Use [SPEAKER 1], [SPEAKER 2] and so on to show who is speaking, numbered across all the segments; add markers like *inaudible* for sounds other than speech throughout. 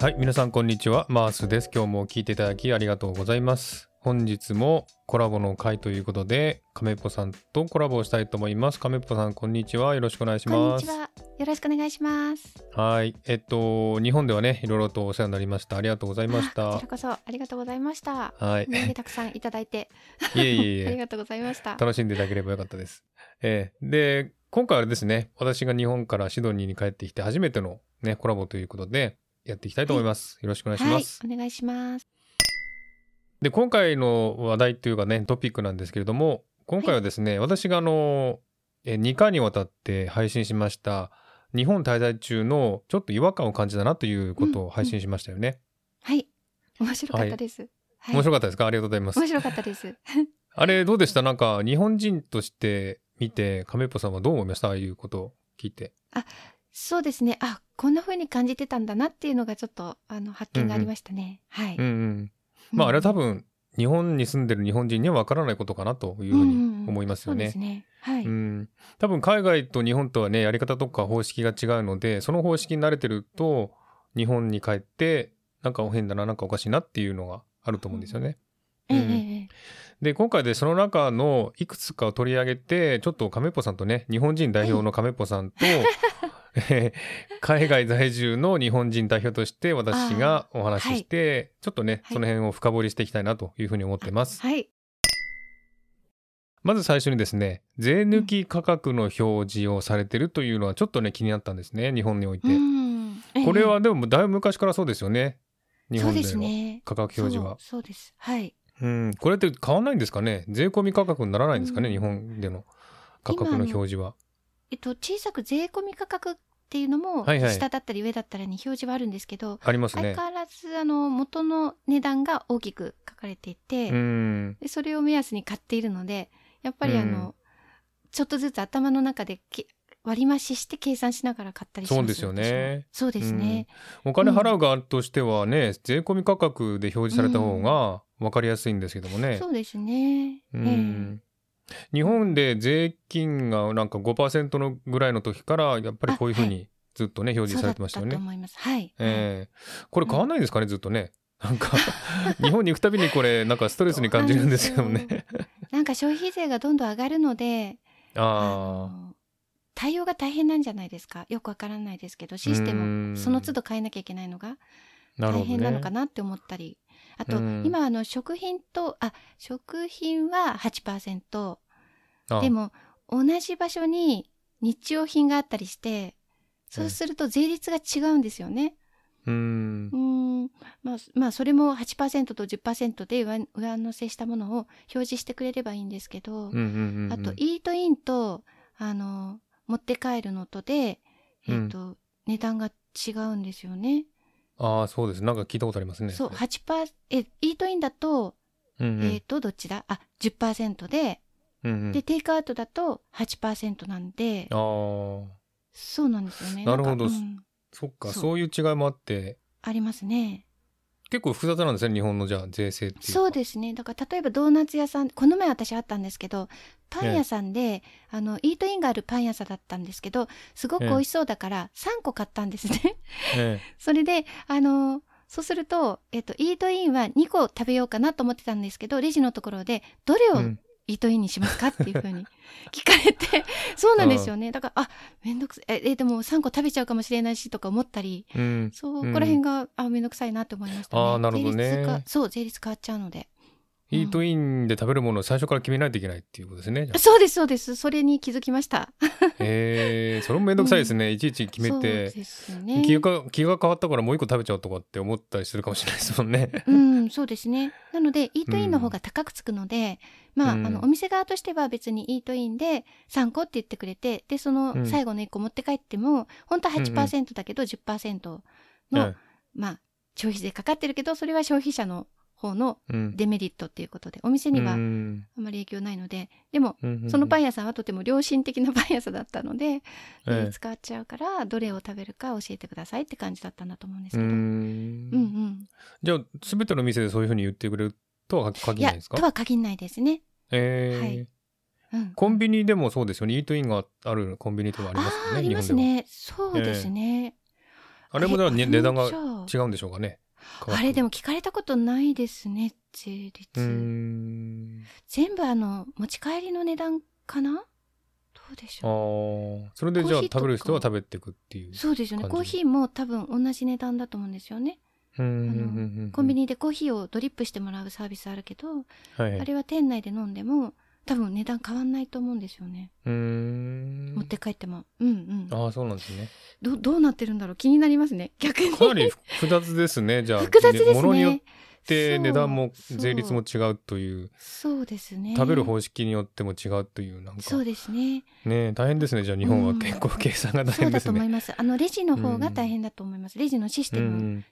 [SPEAKER 1] はい、皆さんこんにちは。マースです。今日も聞いていただきありがとうございます。本日もコラボの回ということで、カメッポさんとコラボをしたいと思います。カメッポさん、こんにちは。よろしくお願いし
[SPEAKER 2] こん
[SPEAKER 1] ま
[SPEAKER 2] に
[SPEAKER 1] す。
[SPEAKER 2] ちは。よろしくお願いします。
[SPEAKER 1] はい。えっと、日本ではね、いろいろとお世話になりました。ありがとうございまし
[SPEAKER 2] あこ
[SPEAKER 1] た
[SPEAKER 2] ちら。こそありがとうございました。
[SPEAKER 1] はい。
[SPEAKER 2] お土産たくさんいただいて
[SPEAKER 1] *laughs* いえいえい
[SPEAKER 2] あり
[SPEAKER 1] え、
[SPEAKER 2] がとうございました。
[SPEAKER 1] 楽しんでいただければよかったです。ええで、今回はあれですね、私が日本からシドニーに帰ってきて初めてのね、コラボということで、やっていきたいと思います。よろしくお願いし
[SPEAKER 2] は
[SPEAKER 1] ま
[SPEAKER 2] い
[SPEAKER 1] す。、
[SPEAKER 2] お願いします。
[SPEAKER 1] で今回の話題というかねトピックなんですけれども今回はですね、私があのえ2回にわたって配信しました日本滞在中のちょっと違和感を感じたなということを配信しましたよね、
[SPEAKER 2] はい、面白かったです。はい、
[SPEAKER 1] 面白かったですかありがとうございます
[SPEAKER 2] 面白かったです。
[SPEAKER 1] あれどうでしたなんか日本人として見て亀っぽさんはどう思いましたああいうことを聞いて
[SPEAKER 2] そうですね。あ、こんな風に感じてたんだなっていうのがちょっとあの発見がありましたね。はい。
[SPEAKER 1] うんうんまああれは多分日本に住んでる日本人にはわからないことかなというふうに思いますよね、。
[SPEAKER 2] そうですね。はいう
[SPEAKER 1] ん、多分海外と日本とはねやり方とか方式が違うのでその方式に慣れてると日本に帰ってなんか変だななんかおかしいなっていうのがあると思うんですよね。
[SPEAKER 2] ええ
[SPEAKER 1] うん
[SPEAKER 2] ええ
[SPEAKER 1] で今回でその中のいくつかを取り上げてちょっと亀っぽさんとね日本人代表の亀っぽさ
[SPEAKER 2] *laughs*
[SPEAKER 1] んと、えー海外在住の日本人代表として私がお話しして、ちょっとね、
[SPEAKER 2] はい
[SPEAKER 1] その辺を深掘りしていきたいなというふうに思ってます。
[SPEAKER 2] はい。
[SPEAKER 1] まず最初にですね、税抜き価格の表示をされてるというのはちょっとね気になったんですね、日本において
[SPEAKER 2] う。ん。ええ
[SPEAKER 1] これはでもだいぶ昔からそうですよね、日
[SPEAKER 2] そう
[SPEAKER 1] 本
[SPEAKER 2] で
[SPEAKER 1] ですの
[SPEAKER 2] ね。
[SPEAKER 1] 価格表示は。
[SPEAKER 2] そうそうです。はい。
[SPEAKER 1] うん、これって変わんないんですかね、税込み価格にならないんですかね、
[SPEAKER 2] うん
[SPEAKER 1] 日本での価格の表示は。
[SPEAKER 2] えっと小さく税込み価格っていうのも
[SPEAKER 1] はいはい
[SPEAKER 2] 下だったり上だったりに表示はあるんですけど、
[SPEAKER 1] あります
[SPEAKER 2] 相
[SPEAKER 1] ね
[SPEAKER 2] 変。わらずあの元の値段が大きく書かれていて、
[SPEAKER 1] うん、
[SPEAKER 2] でそれを目安に買っているのでやっぱりあの、
[SPEAKER 1] う
[SPEAKER 2] ちょっとずつ頭の中でき割り増しして計算しながら買ったりします
[SPEAKER 1] そうですよね
[SPEAKER 2] 私はそうですね、
[SPEAKER 1] お金払う側としてはね、税込み価格で表示された方が分かりやすいんですけどもね。
[SPEAKER 2] そうですね、
[SPEAKER 1] う
[SPEAKER 2] ええ
[SPEAKER 1] ん日本で税金がなんか5%のぐらいの時からやっぱりこういうふう
[SPEAKER 2] あは
[SPEAKER 1] にずっとね表示されてましたよ
[SPEAKER 2] そうだったと
[SPEAKER 1] ね。
[SPEAKER 2] 思いますはい、
[SPEAKER 1] ええこれ変わんないですかねずっとね。なん
[SPEAKER 2] *laughs*
[SPEAKER 1] か日本に行くたびにこれなんかストレスに感じるんですけども
[SPEAKER 2] そうなん
[SPEAKER 1] ね。
[SPEAKER 2] なんか消費税がどんどん上がるので
[SPEAKER 1] *laughs*
[SPEAKER 2] あ
[SPEAKER 1] あ
[SPEAKER 2] の対応が大変なんじゃないですかよくわからないですけどシステ
[SPEAKER 1] う
[SPEAKER 2] ム
[SPEAKER 1] ん
[SPEAKER 2] をその都度変えなきゃいけないのが
[SPEAKER 1] あなる
[SPEAKER 2] 大
[SPEAKER 1] ほど
[SPEAKER 2] 変なのか
[SPEAKER 1] ね。
[SPEAKER 2] なって思ったり、あと、
[SPEAKER 1] うん
[SPEAKER 2] 今あの食品とあ食品は8%
[SPEAKER 1] あ
[SPEAKER 2] でも同じ場所に日用品があったりしてそうすると税率が違うんですよね。
[SPEAKER 1] うん
[SPEAKER 2] うーんまあ、まあそれも8%と10%で上上乗せしたものを表示してくれればいいんですけ
[SPEAKER 1] うんうんう
[SPEAKER 2] ど、
[SPEAKER 1] んうん
[SPEAKER 2] あとイートインとあの持って帰るのとで、えーと値段が違うんですよね。
[SPEAKER 1] ああそうですなんか聞いたことありますね。
[SPEAKER 2] そう8%えイートインだと
[SPEAKER 1] うんう
[SPEAKER 2] えー
[SPEAKER 1] ん
[SPEAKER 2] と、どっちだあ、10%で、
[SPEAKER 1] うんう
[SPEAKER 2] で、
[SPEAKER 1] ん
[SPEAKER 2] テイクアウトだと8%なんで、
[SPEAKER 1] あー
[SPEAKER 2] そうなんですよね。
[SPEAKER 1] なるほど
[SPEAKER 2] んかうん
[SPEAKER 1] そっか
[SPEAKER 2] そう
[SPEAKER 1] そういう違いもあって
[SPEAKER 2] ありますね。
[SPEAKER 1] 結構複雑なんですね日本のじゃあ税制っていうか。
[SPEAKER 2] そうですね。だから、例えばドーナツ屋さん、この前私あったんですけど、パン屋さんで、あの、イートインがあるパン屋さんだったんですけど、すごく美味しそうだから、3個買ったんですね。
[SPEAKER 1] ええ
[SPEAKER 2] それで、あの、そうすると、えっと、イートインは2個食べようかなと思ってたんですけど、レジのところで、どれを
[SPEAKER 1] うん
[SPEAKER 2] イートインにしますかっていうふうに *laughs* 聞かれ
[SPEAKER 1] *laughs*
[SPEAKER 2] て、そうなんですよね。だから、あ、めんどくさい。え、えでも3個食べちゃうかもしれないしとか思ったり、
[SPEAKER 1] うん
[SPEAKER 2] そこら辺が、あ、めんどくさいなって思いましたね。
[SPEAKER 1] あーなるほどね
[SPEAKER 2] 税率がそう、税率変わっちゃうので。うん
[SPEAKER 1] イートインで食べるものを最初から決めないといけないっていうことですね。じ
[SPEAKER 2] *laughs*
[SPEAKER 1] ゃあ
[SPEAKER 2] そうです、そうです。それに気づきました。
[SPEAKER 1] へえそれもめんどくさいですね。いちいち決め
[SPEAKER 2] *laughs* そう
[SPEAKER 1] て、
[SPEAKER 2] ですね。
[SPEAKER 1] 気が気が変わったからもう一個食べちゃおうとかって思ったりするかもしれないですもんね。
[SPEAKER 2] うん、そうですね。なので、イートインの方が高くつくので、まあ、
[SPEAKER 1] うん
[SPEAKER 2] あの、お店側としては別にイートインで3個って言ってくれて、で、そうの
[SPEAKER 1] ん
[SPEAKER 2] 最後の1個持って帰っても、本当は8%だけど10%の、
[SPEAKER 1] はい
[SPEAKER 2] *laughs* まあ、消費税かかってるけど、それは消費者の方の
[SPEAKER 1] うん
[SPEAKER 2] デメリットっていうことで、お店にはあまり影響ないので、でも、そのパン屋さんはとても良心的なパン屋さんだったので、
[SPEAKER 1] ええ
[SPEAKER 2] 使っちゃうから、どれを食べるか教えてくださいって感じだったんだと思うんです
[SPEAKER 1] う
[SPEAKER 2] けど。うん
[SPEAKER 1] ん
[SPEAKER 2] うん。
[SPEAKER 1] じゃあ全ての店でそういうふうに言ってくれるとは限
[SPEAKER 2] い
[SPEAKER 1] らな
[SPEAKER 2] や
[SPEAKER 1] いです、か
[SPEAKER 2] とは限らないですね。
[SPEAKER 1] ええ
[SPEAKER 2] はいうん。
[SPEAKER 1] コンビニでもそうですよね。イートインがあるコンビニとかありますよね。
[SPEAKER 2] あーありますね。そうですね。
[SPEAKER 1] 日あれもだからね
[SPEAKER 2] え
[SPEAKER 1] 値段が
[SPEAKER 2] あれもじ
[SPEAKER 1] 違うんでしょうかね。
[SPEAKER 2] ゃああれで
[SPEAKER 1] も。
[SPEAKER 2] も聞かれたことないですね、税
[SPEAKER 1] うー
[SPEAKER 2] 率。
[SPEAKER 1] ん。
[SPEAKER 2] 全部あの、持ち帰りの値段かなどうでし
[SPEAKER 1] ああ
[SPEAKER 2] ょ
[SPEAKER 1] ー。それでじゃあ
[SPEAKER 2] コーヒーとか
[SPEAKER 1] 食べる人は食べていくっていう
[SPEAKER 2] う。。そうですよね。
[SPEAKER 1] 感じ
[SPEAKER 2] コーヒーも多分同じ値段だと思うんですよね。コンビ
[SPEAKER 1] ニ。
[SPEAKER 2] ニでコーヒーをドリップしてもらうサービスあるけど、
[SPEAKER 1] はい。
[SPEAKER 2] あれは店内で飲んでも、多分値段変わんないと思うんですよね。
[SPEAKER 1] うーん。
[SPEAKER 2] 持って帰っても。うんうん。
[SPEAKER 1] ああ、そうなんですね。
[SPEAKER 2] どどうなってるんだろう気になりますね。逆に。
[SPEAKER 1] かなり複雑ですね。
[SPEAKER 2] *laughs*
[SPEAKER 1] じゃあ、
[SPEAKER 2] 複雑ですね。
[SPEAKER 1] 物によって
[SPEAKER 2] そう
[SPEAKER 1] 値段も税率も
[SPEAKER 2] そう
[SPEAKER 1] 違うという、
[SPEAKER 2] そうですね。
[SPEAKER 1] 食べる方式によっても違うという、なんか。
[SPEAKER 2] そうですね。
[SPEAKER 1] ねえ大変ですね。じゃあ日本は
[SPEAKER 2] うん
[SPEAKER 1] 結構計算が大
[SPEAKER 2] そう
[SPEAKER 1] 変で
[SPEAKER 2] だ
[SPEAKER 1] す
[SPEAKER 2] と思
[SPEAKER 1] ね。
[SPEAKER 2] います。あのレジの方が大変だと思います。レジのシス
[SPEAKER 1] う
[SPEAKER 2] テム
[SPEAKER 1] ん。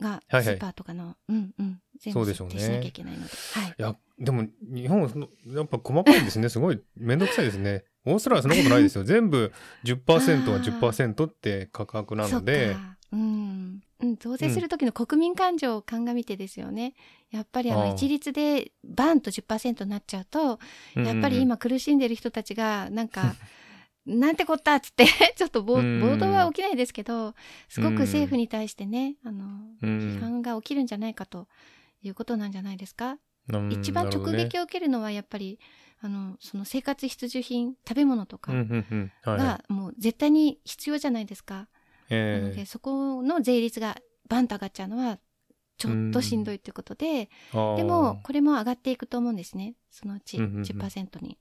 [SPEAKER 2] がス
[SPEAKER 1] はいはい
[SPEAKER 2] ーパーとかの、うんうん、全
[SPEAKER 1] そう
[SPEAKER 2] 部
[SPEAKER 1] でし
[SPEAKER 2] 設
[SPEAKER 1] ょうね
[SPEAKER 2] 定しなきゃいけないので。はい。
[SPEAKER 1] いや、でも日本はそのやっぱ細かいですね。すごいめんどくさいですね。オーストラリアはそんなことないですよ。全部10%は10%って価格な
[SPEAKER 2] そ
[SPEAKER 1] の
[SPEAKER 2] う
[SPEAKER 1] で、
[SPEAKER 2] か。うん。うん、増税する時の国民感情を鑑みてですよね。やっぱりあ
[SPEAKER 1] あ
[SPEAKER 2] の
[SPEAKER 1] あ
[SPEAKER 2] 一律でバンと10%になっちゃうと、
[SPEAKER 1] うん
[SPEAKER 2] やっぱり今苦しんでる人たちがなんか、 *laughs* なんてこったっつって、 *laughs* ちょっと暴
[SPEAKER 1] うん
[SPEAKER 2] 暴動は起きないですけど、すごく政府に対してね、あの、
[SPEAKER 1] うん
[SPEAKER 2] 批判が起きるんじゃないかということなんじゃないですか。
[SPEAKER 1] うん
[SPEAKER 2] 一番直
[SPEAKER 1] なるほどね
[SPEAKER 2] 撃を受けるのはやっぱり、あの、その生活必需品、食べ物と
[SPEAKER 1] うん
[SPEAKER 2] か
[SPEAKER 1] うんうんはい
[SPEAKER 2] がもう絶対に必要じゃないですか。なの
[SPEAKER 1] ええ
[SPEAKER 2] で、そこの税率がバンと上がっちゃうのは、ちょっとしんどいということで、
[SPEAKER 1] ああ
[SPEAKER 2] でも、これも上がっていくと思うんですね。そのうち
[SPEAKER 1] うんうんうん
[SPEAKER 2] 10%に。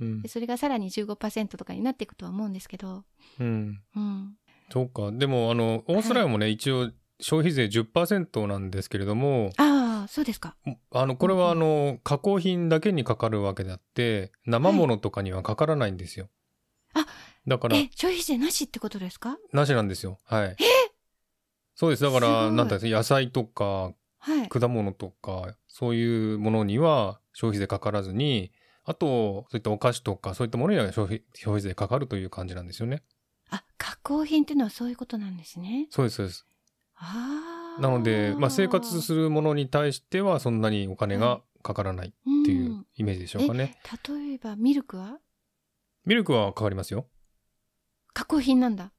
[SPEAKER 1] うん
[SPEAKER 2] でそれがさらに15%とかになっていくとは思うんですけど、
[SPEAKER 1] うん、
[SPEAKER 2] うん。
[SPEAKER 1] そうかでもあのオーストラリアもね、一応消費税10%なんですけれども
[SPEAKER 2] ああ、そうですか。
[SPEAKER 1] あのこれはあ
[SPEAKER 2] うん
[SPEAKER 1] の加工品だけにかかるわけであって生ものとかにはかからないんですよ、
[SPEAKER 2] はいあ
[SPEAKER 1] だから
[SPEAKER 2] え、消費税なしってことですか
[SPEAKER 1] なしなんですよはいそうですだか
[SPEAKER 2] すご
[SPEAKER 1] ら
[SPEAKER 2] い
[SPEAKER 1] なんだ野菜とか
[SPEAKER 2] はい。
[SPEAKER 1] 果物とかそういうものには消費税かからずにあとそういったお菓子とかそういったものには消費消費税かかるという感じなんですよね
[SPEAKER 2] あ、加工品っていうのはそういうことなんですね。
[SPEAKER 1] そうですそうです
[SPEAKER 2] ああ。
[SPEAKER 1] なので、まあ、生活するものに対してはそんなにお金がかからないってい
[SPEAKER 2] うん
[SPEAKER 1] うイメージでしょうかね。
[SPEAKER 2] 例えば、ミルクは
[SPEAKER 1] ミルクはかかりますよ。
[SPEAKER 2] 加工品なんだ。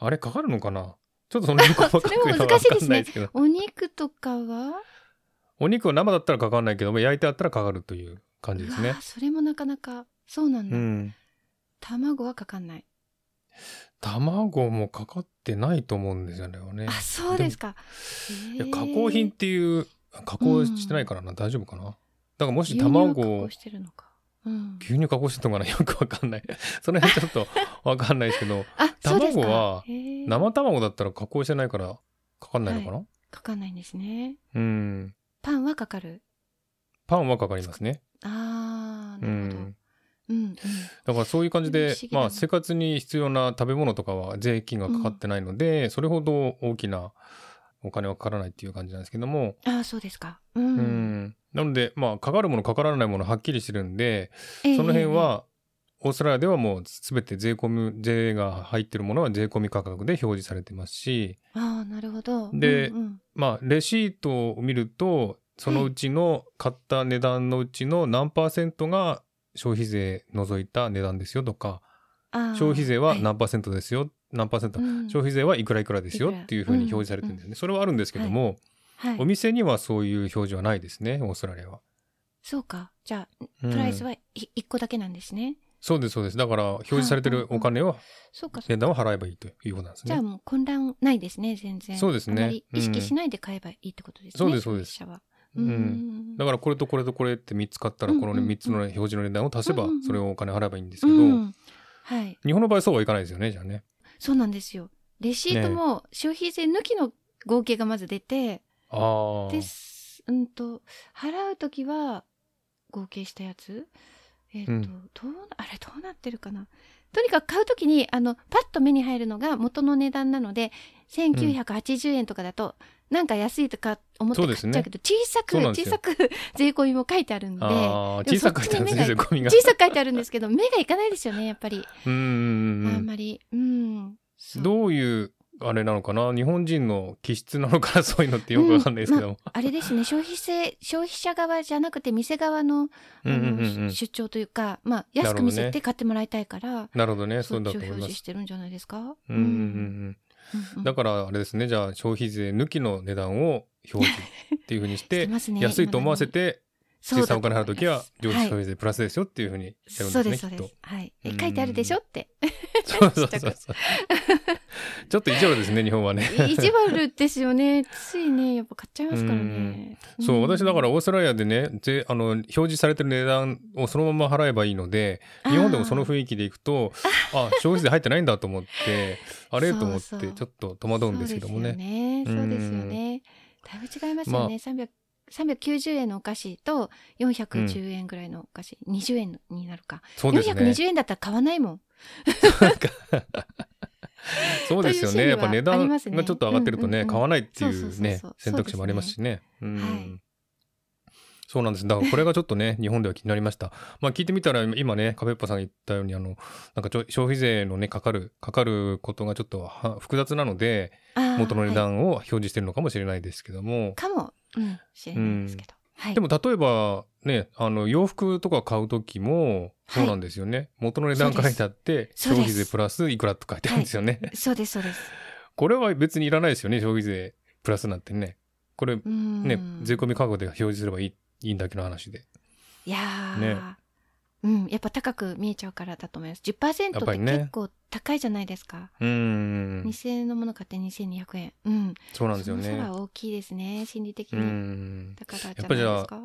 [SPEAKER 1] あれかかるのかなちょっとその辺細かく
[SPEAKER 2] *laughs* それ
[SPEAKER 1] は
[SPEAKER 2] は
[SPEAKER 1] 分
[SPEAKER 2] 難しい
[SPEAKER 1] か
[SPEAKER 2] で
[SPEAKER 1] ん
[SPEAKER 2] すね
[SPEAKER 1] ないですけど。
[SPEAKER 2] お肉とかは
[SPEAKER 1] お肉は生だったらかからないけども、焼いてあったらかかるという感じです
[SPEAKER 2] う
[SPEAKER 1] ね
[SPEAKER 2] わあ。それもなかなか、そうなん
[SPEAKER 1] う
[SPEAKER 2] だ。
[SPEAKER 1] ん。
[SPEAKER 2] 卵はかかんない。
[SPEAKER 1] 卵もかかってないと思うんですよね。あれはね
[SPEAKER 2] あ、そうですか。
[SPEAKER 1] いや加工品っていう、加工してないからな、大丈夫かな。だからもし卵
[SPEAKER 2] を。牛乳
[SPEAKER 1] を
[SPEAKER 2] は加工してるのか。うん。
[SPEAKER 1] 牛乳加工してたのかなよ *laughs* くわかんない。その辺ちょっとわかんないですけど、
[SPEAKER 2] あ、 *laughs* そうです
[SPEAKER 1] 卵
[SPEAKER 2] か。
[SPEAKER 1] は
[SPEAKER 2] へー
[SPEAKER 1] 生卵だったら加工してないからかかんないのかな、
[SPEAKER 2] かかんないんですね。
[SPEAKER 1] うん
[SPEAKER 2] パンはかかる。
[SPEAKER 1] パンはかかりますねう
[SPEAKER 2] ああ、なるほど。
[SPEAKER 1] ん
[SPEAKER 2] うんうん。
[SPEAKER 1] だからそういう感じで
[SPEAKER 2] 不思議、だな
[SPEAKER 1] まあ、生活に必要な食べ物とかは税金がかかってないので、それほど大きなお金はかからないっていう感じなんですけども、
[SPEAKER 2] ああ、そうですか。う。
[SPEAKER 1] うんん、なので、まあ、かかるものかからないものはっきりしてるんで
[SPEAKER 2] ええ
[SPEAKER 1] その辺、はオーストラリアではもう全て税込み税が入ってるものは税込み価格で表示されてますし、
[SPEAKER 2] ええああ、なるほど。
[SPEAKER 1] で
[SPEAKER 2] うんうん
[SPEAKER 1] まあ、レシートを見るとそのうちの買った値段のうちの何パーセントが消費税除いた値段ですよとか
[SPEAKER 2] ああ
[SPEAKER 1] 消費税
[SPEAKER 2] い
[SPEAKER 1] は何パーセントですよ、何パーセント、
[SPEAKER 2] うん
[SPEAKER 1] 消費税はいくらいくらですよ
[SPEAKER 2] いくら
[SPEAKER 1] っていうふうに表示されてるんですね、それはあるんですけども、
[SPEAKER 2] はい
[SPEAKER 1] お店にはそういう表示はないですねオーストラリアは。
[SPEAKER 2] そうか。じゃあ、
[SPEAKER 1] うん
[SPEAKER 2] プライスはい一個だけなんですね。
[SPEAKER 1] そうですそうですだから表示されてるお金は
[SPEAKER 2] そうか、そう
[SPEAKER 1] 値
[SPEAKER 2] か
[SPEAKER 1] 段を払えばいいということなんです
[SPEAKER 2] じゃあ
[SPEAKER 1] ね。
[SPEAKER 2] もう混乱ないですね、全然。
[SPEAKER 1] そうですね
[SPEAKER 2] あまり意識しないで買えばいいってことですね。
[SPEAKER 1] そうですそうです
[SPEAKER 2] 消費者は。
[SPEAKER 1] うん
[SPEAKER 2] ん
[SPEAKER 1] だからこれとこれとこれって3つ買ったら
[SPEAKER 2] うん
[SPEAKER 1] この3つの表示の値段を足せば
[SPEAKER 2] うんうん
[SPEAKER 1] それをお金払えばいいんですけ
[SPEAKER 2] う
[SPEAKER 1] ど、
[SPEAKER 2] ん。はい。
[SPEAKER 1] 日本の場合そうはいかないですよねじゃあね。
[SPEAKER 2] そうなんですよ。レシートも消費税抜きの合計がまず出て、
[SPEAKER 1] ああ。
[SPEAKER 2] です、うんと、払うときは合計したやつえっ、と、
[SPEAKER 1] うん
[SPEAKER 2] どう、あれどうなってるかなとにかく買うときに、あの、パッと目に入るのが元の値段なので、1980円とかだと、なんか安いとか思って
[SPEAKER 1] そう
[SPEAKER 2] 買
[SPEAKER 1] で
[SPEAKER 2] っち
[SPEAKER 1] す
[SPEAKER 2] ゃ
[SPEAKER 1] ね
[SPEAKER 2] うけど、小さく、
[SPEAKER 1] そうなんで
[SPEAKER 2] 小
[SPEAKER 1] す
[SPEAKER 2] さ
[SPEAKER 1] よ
[SPEAKER 2] く *laughs* 税込みも書いてあるんで、
[SPEAKER 1] ああ、
[SPEAKER 2] でも
[SPEAKER 1] 小さく書いてあるんですね、
[SPEAKER 2] そ
[SPEAKER 1] 税
[SPEAKER 2] っ
[SPEAKER 1] 込みが。
[SPEAKER 2] 小さく書いてあるんですけど、目がいかないですよね、やっぱり。
[SPEAKER 1] うんうんう
[SPEAKER 2] あん
[SPEAKER 1] ん
[SPEAKER 2] まり。うん。
[SPEAKER 1] う
[SPEAKER 2] そ
[SPEAKER 1] ん。
[SPEAKER 2] う
[SPEAKER 1] どういう、あれなのかな日本人の気質なのかなそういうのってよくわかんないですけども。
[SPEAKER 2] あれですね、消費性、消費者側じゃなくて、店側のあ
[SPEAKER 1] うんうんうんう
[SPEAKER 2] の
[SPEAKER 1] ん
[SPEAKER 2] 出張というか、まあ、安
[SPEAKER 1] なる
[SPEAKER 2] く
[SPEAKER 1] ほど
[SPEAKER 2] 見
[SPEAKER 1] ね
[SPEAKER 2] せて買ってもらいたいから、
[SPEAKER 1] なるほどね、
[SPEAKER 2] そ
[SPEAKER 1] そう
[SPEAKER 2] っ
[SPEAKER 1] だ
[SPEAKER 2] ち
[SPEAKER 1] と思
[SPEAKER 2] を
[SPEAKER 1] い
[SPEAKER 2] 表
[SPEAKER 1] ま
[SPEAKER 2] 示
[SPEAKER 1] す
[SPEAKER 2] し。てるんじゃないですか。
[SPEAKER 1] うんうんうんうん。
[SPEAKER 2] うん
[SPEAKER 1] だからあれですねじゃあ消費税抜きの値段を表示っていうふうにして
[SPEAKER 2] *laughs* してますね
[SPEAKER 1] 安いと思わせて
[SPEAKER 2] そう
[SPEAKER 1] 小
[SPEAKER 2] だ
[SPEAKER 1] さ
[SPEAKER 2] と
[SPEAKER 1] なお金払うときは上司
[SPEAKER 2] はい
[SPEAKER 1] 消費税プラスですよっていうふうにやるんですね、
[SPEAKER 2] そうです、そう
[SPEAKER 1] きっ
[SPEAKER 2] で
[SPEAKER 1] と
[SPEAKER 2] す。。はい。
[SPEAKER 1] う
[SPEAKER 2] え
[SPEAKER 1] ん
[SPEAKER 2] 書いてあるでしょって。
[SPEAKER 1] そうそう *laughs* そうそう。
[SPEAKER 2] *laughs*
[SPEAKER 1] ちょっと意地悪ですね日本はね。
[SPEAKER 2] 意地悪ですよね。ついね、やっぱ買っちゃいますからね。
[SPEAKER 1] そう、
[SPEAKER 2] ん
[SPEAKER 1] 私だからオーストラリアでね、ぜあの表示されてる値段をそのまま払えばいいので、日本でもその
[SPEAKER 2] 囲
[SPEAKER 1] 雰囲気でいくと、あ、消費税入ってないんだと思って、あれ
[SPEAKER 2] そう
[SPEAKER 1] と思っ
[SPEAKER 2] そう
[SPEAKER 1] てちょっと戸惑うんですけどもね。
[SPEAKER 2] そうですよね。そうですよねだいぶ違いますよね。300 390円のお菓子と410円ぐらいのお菓子、20円になるか。
[SPEAKER 1] そうですね。
[SPEAKER 2] 420円だったら買わないもん。
[SPEAKER 1] そうですよ
[SPEAKER 2] と
[SPEAKER 1] ね。
[SPEAKER 2] いう心理
[SPEAKER 1] やっぱ値
[SPEAKER 2] はあり
[SPEAKER 1] 段
[SPEAKER 2] ますね
[SPEAKER 1] がちょっと上がってると
[SPEAKER 2] うんうんう
[SPEAKER 1] ね、
[SPEAKER 2] ん
[SPEAKER 1] 買わないってい
[SPEAKER 2] そうそう
[SPEAKER 1] う
[SPEAKER 2] そう
[SPEAKER 1] ね
[SPEAKER 2] そう、
[SPEAKER 1] 選択肢もありますしね。う
[SPEAKER 2] はい
[SPEAKER 1] ん。そうなんです。だからこれがちょっとね、日本では気になりました。 *laughs* まあ聞いてみたら、今ね、カペッパさんが言ったように、あの、なんかちょ消費税のね、かかる、かかることがちょっとは複雑なので、
[SPEAKER 2] あー
[SPEAKER 1] 元の値
[SPEAKER 2] はい
[SPEAKER 1] 段を表示してるのかもしれないですけども。
[SPEAKER 2] かも、うん、しれないですけど。はい
[SPEAKER 1] でも例えばね、あの洋服とか買う時もそうなんですよね。元の値段書いてあって、
[SPEAKER 2] そう
[SPEAKER 1] 消
[SPEAKER 2] です
[SPEAKER 1] 費税プラスいくらと書いてあるんですよね。
[SPEAKER 2] そうです、そうです。
[SPEAKER 1] これは別にいらないですよね、消費税プラスなんてね。これね、
[SPEAKER 2] うん。
[SPEAKER 1] 税込み価格で表示すればいいいいだけの話で。
[SPEAKER 2] いやー、
[SPEAKER 1] ね
[SPEAKER 2] うん、やっぱ高く見えちゃうからだと思います。10%
[SPEAKER 1] やっぱり
[SPEAKER 2] って
[SPEAKER 1] ね
[SPEAKER 2] 結構高いじゃないですか。
[SPEAKER 1] うーん、
[SPEAKER 2] 2000円のもの買って2200円。うん。
[SPEAKER 1] そうなんですよ
[SPEAKER 2] その
[SPEAKER 1] ね
[SPEAKER 2] 差。は大きいですね、心理的
[SPEAKER 1] う
[SPEAKER 2] に。
[SPEAKER 1] ーん、
[SPEAKER 2] だからじゃ
[SPEAKER 1] やっ
[SPEAKER 2] な
[SPEAKER 1] ぱ
[SPEAKER 2] い
[SPEAKER 1] じゃあ
[SPEAKER 2] ですか。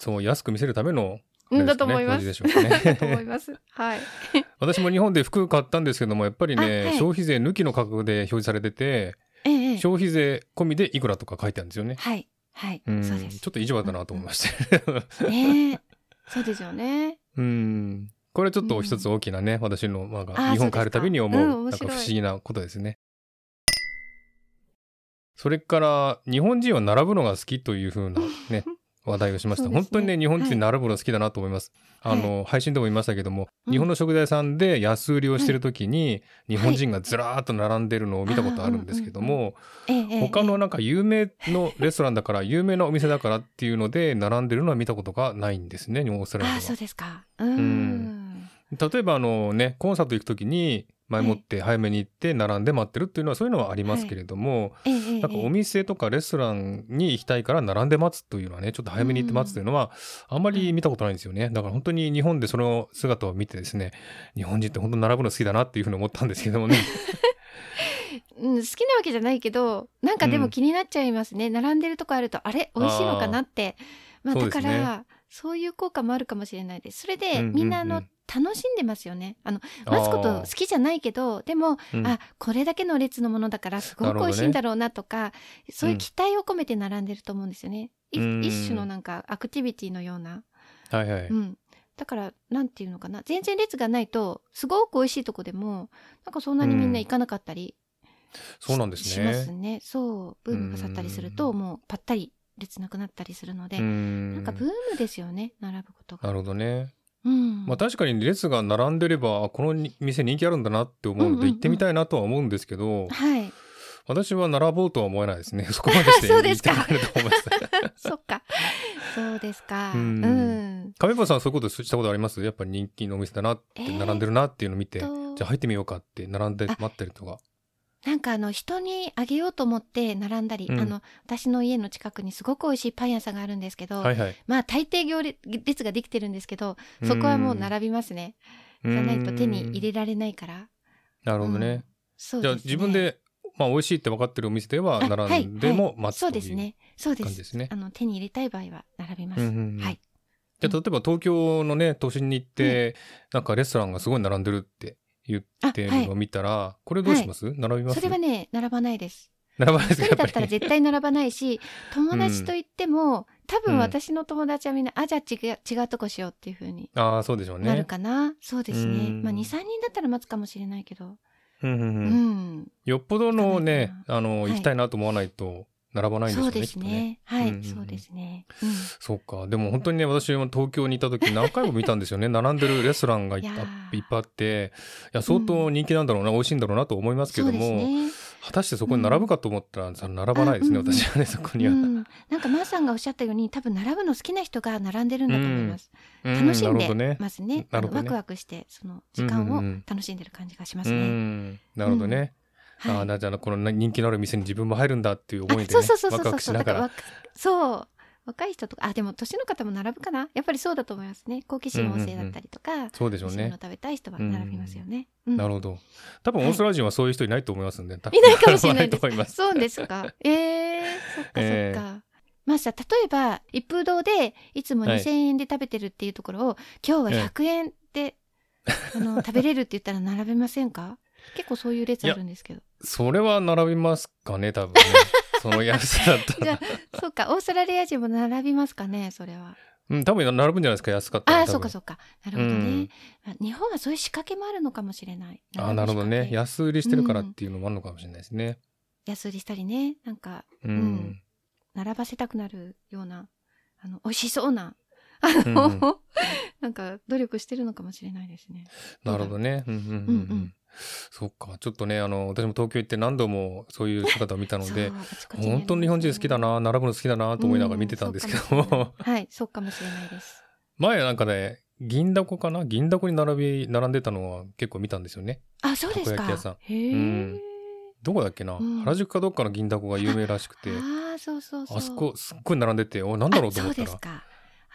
[SPEAKER 1] そう安く見せるためのあ
[SPEAKER 2] う
[SPEAKER 1] れ
[SPEAKER 2] ん
[SPEAKER 1] で
[SPEAKER 2] だ
[SPEAKER 1] す
[SPEAKER 2] と
[SPEAKER 1] かね
[SPEAKER 2] 思い
[SPEAKER 1] 表示
[SPEAKER 2] ます。
[SPEAKER 1] でしょうか
[SPEAKER 2] だと思い
[SPEAKER 1] ね。
[SPEAKER 2] ます。はい。
[SPEAKER 1] *laughs* 私も日本で服買ったんですけども、やっぱりね、
[SPEAKER 2] あはい
[SPEAKER 1] 消費税抜きの価格で表示されてて、
[SPEAKER 2] ええええ。
[SPEAKER 1] 消費税込みでいくらとか書いてあるんですよね。
[SPEAKER 2] はい。はい。
[SPEAKER 1] うん
[SPEAKER 2] そうです
[SPEAKER 1] ちょ。っと意地悪だなと思いました、ね。
[SPEAKER 2] ねえ。そうですよね。
[SPEAKER 1] うん。これはちょっと一つ大きなね、私の、ま
[SPEAKER 2] あ
[SPEAKER 1] あ、
[SPEAKER 2] ー
[SPEAKER 1] 日本帰るたびに思う、
[SPEAKER 2] そう
[SPEAKER 1] な
[SPEAKER 2] です
[SPEAKER 1] ん
[SPEAKER 2] か
[SPEAKER 1] か
[SPEAKER 2] う
[SPEAKER 1] 不
[SPEAKER 2] ん面白い
[SPEAKER 1] 思議なことですね。それから、日本人は並ぶのが好きというふうな
[SPEAKER 2] *laughs*
[SPEAKER 1] ね、話題をしました。
[SPEAKER 2] そうですね
[SPEAKER 1] 本当にね、日本人並ぶの好きだなと思います。
[SPEAKER 2] はい
[SPEAKER 1] あの、配信でも言いましたけども、
[SPEAKER 2] うん
[SPEAKER 1] 日本の食材屋さんで安売りをしてる時に、日
[SPEAKER 2] い
[SPEAKER 1] 本人がずらーっと並んでるのを見たことあるんですけども、
[SPEAKER 2] ええええ。
[SPEAKER 1] 他の
[SPEAKER 2] え
[SPEAKER 1] なんか有名のレストランだから有名なお店だからっていうので並んでるのは見たことがないんですねオースト
[SPEAKER 2] え
[SPEAKER 1] ラリ
[SPEAKER 2] あ
[SPEAKER 1] ア
[SPEAKER 2] あ、そう
[SPEAKER 1] で
[SPEAKER 2] ですか。うーん。
[SPEAKER 1] は。例えばあのねコンサート行く時に前もって早めに行って並んで待ってるっていうのはそういうのはありますけれども、
[SPEAKER 2] ええええ。
[SPEAKER 1] なんかお店とかレストランに行きたいから並んで待つというのはねちょっと早めに行って待つというのはあんまり見たことないんですよねだから本当に日本でその姿を見てですね日本人って本当並ぶの好きだなっていうふうに思ったんですけどもね。
[SPEAKER 2] うん、好きなわけじゃないけどなんかで
[SPEAKER 1] う
[SPEAKER 2] も
[SPEAKER 1] ん
[SPEAKER 2] 気になっちゃいますね、並んでるとこあるとあれ美味しいのかなってまあ
[SPEAKER 1] そう
[SPEAKER 2] だ
[SPEAKER 1] です
[SPEAKER 2] か
[SPEAKER 1] ね
[SPEAKER 2] らそう,、いう効果もあるかもしれないですそれで、
[SPEAKER 1] うんうんうん
[SPEAKER 2] みんなあの楽しんでますよねあの *laughs* 待つこと好きじゃないけどでも、
[SPEAKER 1] うん
[SPEAKER 2] あこれだけの列のものだからすご
[SPEAKER 1] なるほど
[SPEAKER 2] く美
[SPEAKER 1] ね
[SPEAKER 2] 味しいんだろうなとかそういううん期待を込めて並んでると思うんですよね、い
[SPEAKER 1] うん
[SPEAKER 2] 一種のなんかアクティビティのような、
[SPEAKER 1] はいはい、
[SPEAKER 2] うん、だからなんていうのかな全然列がないとすごく美味しいとこでもなんかそんなにみんな行かなかったり、
[SPEAKER 1] そうなんですね。
[SPEAKER 2] しますね。そう。ブームが去ったりすると、
[SPEAKER 1] うん
[SPEAKER 2] もうパッタリ列なくなったりするので、
[SPEAKER 1] うん
[SPEAKER 2] なんかブームですよね、並ぶこと
[SPEAKER 1] な
[SPEAKER 2] が。
[SPEAKER 1] るほどね。
[SPEAKER 2] うん。
[SPEAKER 1] まあ確かに列が並んでればあこのに店人気あるんだなって思う
[SPEAKER 2] うん
[SPEAKER 1] の
[SPEAKER 2] うんう
[SPEAKER 1] で
[SPEAKER 2] ん
[SPEAKER 1] 行ってみたいなとは思うんですけど、
[SPEAKER 2] *laughs* はい。
[SPEAKER 1] 私は並ぼうとは思えないですね *laughs* そこまでして
[SPEAKER 2] そうで
[SPEAKER 1] 行き
[SPEAKER 2] すか
[SPEAKER 1] たくないと思います。
[SPEAKER 2] *laughs* そっか。そうですか。
[SPEAKER 1] う
[SPEAKER 2] うんん。
[SPEAKER 1] 亀山さんそういうことしたことありますやっぱり人気のお店だなって
[SPEAKER 2] えー
[SPEAKER 1] 並んでるなっていうのを見て、
[SPEAKER 2] と
[SPEAKER 1] じゃあ入ってみようかって並んで
[SPEAKER 2] あ
[SPEAKER 1] 待ってるとか。
[SPEAKER 2] なんかあの、人にあげようと思って並んだり、
[SPEAKER 1] うん
[SPEAKER 2] あの、私の家の近くにすごく美味しいパン屋さんがあるんですけど、
[SPEAKER 1] はいはい。
[SPEAKER 2] まあ大抵行列列ができてるんですけど、そこはもう並びますね。
[SPEAKER 1] うん
[SPEAKER 2] じゃないと手に入れられないから。
[SPEAKER 1] なるほどね。
[SPEAKER 2] うんそう
[SPEAKER 1] じ
[SPEAKER 2] で
[SPEAKER 1] ゃ
[SPEAKER 2] す
[SPEAKER 1] あ
[SPEAKER 2] ね。
[SPEAKER 1] 自分で、まあ、美味しいって分かってるお店では
[SPEAKER 2] あ
[SPEAKER 1] 並んでも待つと
[SPEAKER 2] そう
[SPEAKER 1] いう
[SPEAKER 2] ですね。そうで
[SPEAKER 1] 感じ
[SPEAKER 2] す
[SPEAKER 1] で。すね
[SPEAKER 2] あ。の手に入れたい場合は並びます。
[SPEAKER 1] うんうんうん
[SPEAKER 2] はい。
[SPEAKER 1] じゃあ例えば東京のね都心に行って、なんかレストランがすごい並んでるって言ってるのを見たら、これどうします、並びます
[SPEAKER 2] それはね並ばないです。
[SPEAKER 1] *laughs* 並ばないで
[SPEAKER 2] 一
[SPEAKER 1] すか
[SPEAKER 2] 人だ
[SPEAKER 1] やっ
[SPEAKER 2] っ
[SPEAKER 1] ぱ
[SPEAKER 2] たら
[SPEAKER 1] り
[SPEAKER 2] 絶対並ばないし、友達と言っても、多分私の友達はみんな、あじゃあ違う違うとこしようっていう風に
[SPEAKER 1] ああそうでしょうね
[SPEAKER 2] なるかな。そうで
[SPEAKER 1] う
[SPEAKER 2] すね。
[SPEAKER 1] ん
[SPEAKER 2] まあ二三人だったら待つかもしれないけど。
[SPEAKER 1] うんうん
[SPEAKER 2] う
[SPEAKER 1] うん
[SPEAKER 2] ん。
[SPEAKER 1] よっぽどのね
[SPEAKER 2] 行
[SPEAKER 1] あの
[SPEAKER 2] はい
[SPEAKER 1] 行きたいなと思わないと並ばないんでし
[SPEAKER 2] そ
[SPEAKER 1] ょうね
[SPEAKER 2] うで
[SPEAKER 1] きっ
[SPEAKER 2] す
[SPEAKER 1] とね
[SPEAKER 2] ね。は
[SPEAKER 1] うんうんう
[SPEAKER 2] い。
[SPEAKER 1] ん
[SPEAKER 2] そうですね。
[SPEAKER 1] そうかでも本当にね私も東京にいた時何回も見たんですよね並んでるレストランがいっぱい
[SPEAKER 2] いやー
[SPEAKER 1] いっぱいあっていや相当人気なんだろうな、美味しいんだろうなと思いま
[SPEAKER 2] うん
[SPEAKER 1] すけ
[SPEAKER 2] そ
[SPEAKER 1] ど
[SPEAKER 2] うです
[SPEAKER 1] も、
[SPEAKER 2] ね。
[SPEAKER 1] 果たしてそこに並ぶかと思ったら、その並ばないですね、
[SPEAKER 2] あうんうん
[SPEAKER 1] 私はねそこ
[SPEAKER 2] う
[SPEAKER 1] には。
[SPEAKER 2] ん。なんかマーさんがおっしゃったように、多分並ぶの好きな人が並んでるんだと思います。
[SPEAKER 1] う
[SPEAKER 2] 楽し
[SPEAKER 1] なんるほ
[SPEAKER 2] で
[SPEAKER 1] どね
[SPEAKER 2] ますね。
[SPEAKER 1] な
[SPEAKER 2] あ
[SPEAKER 1] るほ
[SPEAKER 2] の
[SPEAKER 1] ど
[SPEAKER 2] ワ
[SPEAKER 1] ね
[SPEAKER 2] クワクしてその時間
[SPEAKER 1] うんうんう
[SPEAKER 2] を
[SPEAKER 1] ん
[SPEAKER 2] 楽しんでる感じがしま
[SPEAKER 1] う
[SPEAKER 2] すね。
[SPEAKER 1] ん、なるほどね。
[SPEAKER 2] はい
[SPEAKER 1] ああなじゃあこの人気のある店に自分も入るんだっていう思いで、ね、
[SPEAKER 2] あそうそうそうそ
[SPEAKER 1] ワク
[SPEAKER 2] うそ
[SPEAKER 1] ワ
[SPEAKER 2] う
[SPEAKER 1] クし
[SPEAKER 2] そう
[SPEAKER 1] な
[SPEAKER 2] だ
[SPEAKER 1] が
[SPEAKER 2] から
[SPEAKER 1] ら。
[SPEAKER 2] わかそう若い人とかあでも年の方も並ぶかなやっぱりそうだと思いますね好奇心旺盛だったりとか、
[SPEAKER 1] そうでし
[SPEAKER 2] 美
[SPEAKER 1] ょ
[SPEAKER 2] 味
[SPEAKER 1] う
[SPEAKER 2] しいもの
[SPEAKER 1] ね。
[SPEAKER 2] 食べたい人は並びますよね、うん
[SPEAKER 1] なるほ
[SPEAKER 2] *laughs*
[SPEAKER 1] ど。多分オーストラリア人はそういう人いないと思いますんで。い
[SPEAKER 2] いないかもしれない
[SPEAKER 1] と
[SPEAKER 2] です
[SPEAKER 1] 思います。
[SPEAKER 2] *laughs* そうですか。ええそっかそっか。
[SPEAKER 1] え
[SPEAKER 2] マスター、例えば、一風堂でいつも
[SPEAKER 1] はい
[SPEAKER 2] 2000円で食べてるっていうところを、今日は100円で、
[SPEAKER 1] *laughs*
[SPEAKER 2] あの、食べれるって言ったら並べませんか結構そういう列あるんですけど。
[SPEAKER 1] それは並びますかね、多
[SPEAKER 2] *laughs*
[SPEAKER 1] 分ね。その安さだった
[SPEAKER 2] じ
[SPEAKER 1] ら
[SPEAKER 2] ゃ。あ、そうか、オーストラリア人も並びますかね、それは。
[SPEAKER 1] うん、多分並ぶんじゃないですか、安かったら。
[SPEAKER 2] あ
[SPEAKER 1] 多
[SPEAKER 2] あ、
[SPEAKER 1] 分
[SPEAKER 2] そうかそうか。なるほど
[SPEAKER 1] う
[SPEAKER 2] ね
[SPEAKER 1] ん、
[SPEAKER 2] まあ日本はそういう仕掛けもあるのかもしれない。
[SPEAKER 1] ああ、なるほどね。
[SPEAKER 2] や
[SPEAKER 1] 安売りしてるからっていうのもあるのかもしれないですね。
[SPEAKER 2] 安売りしたりね、なんか、
[SPEAKER 1] うんん。
[SPEAKER 2] 並ばせたくなるような、あの、美味しそうな、
[SPEAKER 1] う *laughs*
[SPEAKER 2] *laughs*
[SPEAKER 1] ん
[SPEAKER 2] なんか努力してるのかもしれないですね。
[SPEAKER 1] なるほどね。うんうんうん
[SPEAKER 2] うんう
[SPEAKER 1] うんん。そっか。ちょっとね、あの、私も東京行って何度もそういう姿を見たので、本当に日本人好きだな、並ぶの好きだなと思いながら見てたんですけども、
[SPEAKER 2] うん。はい、そうかもしれないです。
[SPEAKER 1] *laughs* 前なんかね、銀だこかな銀だこに並び、並んでたのは結構見たんですよね。
[SPEAKER 2] あ、そうです
[SPEAKER 1] たこ焼き屋さ
[SPEAKER 2] か
[SPEAKER 1] ん。
[SPEAKER 2] へえ、
[SPEAKER 1] うんどこだっけな、
[SPEAKER 2] うん
[SPEAKER 1] 原宿かどっかの銀だこが有名らしくて、
[SPEAKER 2] ああ、そうそうそう。
[SPEAKER 1] あそこすっごい並んでて、お、なんだろうと思った
[SPEAKER 2] あそうです
[SPEAKER 1] ら。
[SPEAKER 2] か。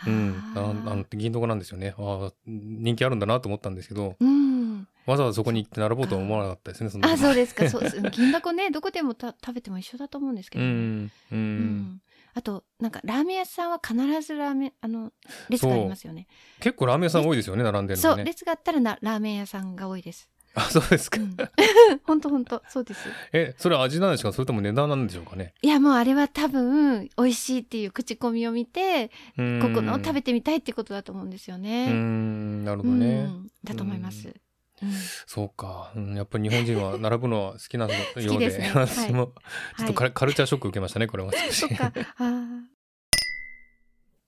[SPEAKER 1] うん、な
[SPEAKER 2] あ
[SPEAKER 1] ん
[SPEAKER 2] ー
[SPEAKER 1] あの銀だこなんですよね。ああ、人気あるんだなと思ったんですけど、
[SPEAKER 2] うん。
[SPEAKER 1] わざわざそこに行って並ぼうとは思わなかったですね、その時
[SPEAKER 2] あ、そうですか。そう、そう銀だこね、どこでもた食べても一緒だと思うんですけ
[SPEAKER 1] う
[SPEAKER 2] どね、
[SPEAKER 1] ん、うん。
[SPEAKER 2] うんあと、なんか、ラーメン屋さんは必ずラーメン、あの、列がありますよね。
[SPEAKER 1] 結構ラーメン屋さん多いですよね、並んでる
[SPEAKER 2] そ
[SPEAKER 1] の
[SPEAKER 2] う,、
[SPEAKER 1] ね。
[SPEAKER 2] 列があったらなラーメン屋さんが多いです。
[SPEAKER 1] あ、そうですか。
[SPEAKER 2] *laughs* 本当本当そうです。
[SPEAKER 1] え、それは味なんですかそれとも値段なんでしょうかね。
[SPEAKER 2] いやもうあれは多分美味しいっていう口コミを見て
[SPEAKER 1] こ
[SPEAKER 2] ここのを食べてみたいってことだと思うんですよ
[SPEAKER 1] うー
[SPEAKER 2] ね。
[SPEAKER 1] ん、なるほ
[SPEAKER 2] う
[SPEAKER 1] ど
[SPEAKER 2] ん、
[SPEAKER 1] ね。
[SPEAKER 2] だと思います。うん
[SPEAKER 1] そうか、うん。やっぱり日本人は並ぶのは好きなよ
[SPEAKER 2] き
[SPEAKER 1] う
[SPEAKER 2] で
[SPEAKER 1] で、
[SPEAKER 2] すねはい
[SPEAKER 1] 私もちょっとカル,、カルチャーショック受けましたね、これは少
[SPEAKER 2] そ
[SPEAKER 1] し *laughs*
[SPEAKER 2] っ。か。あー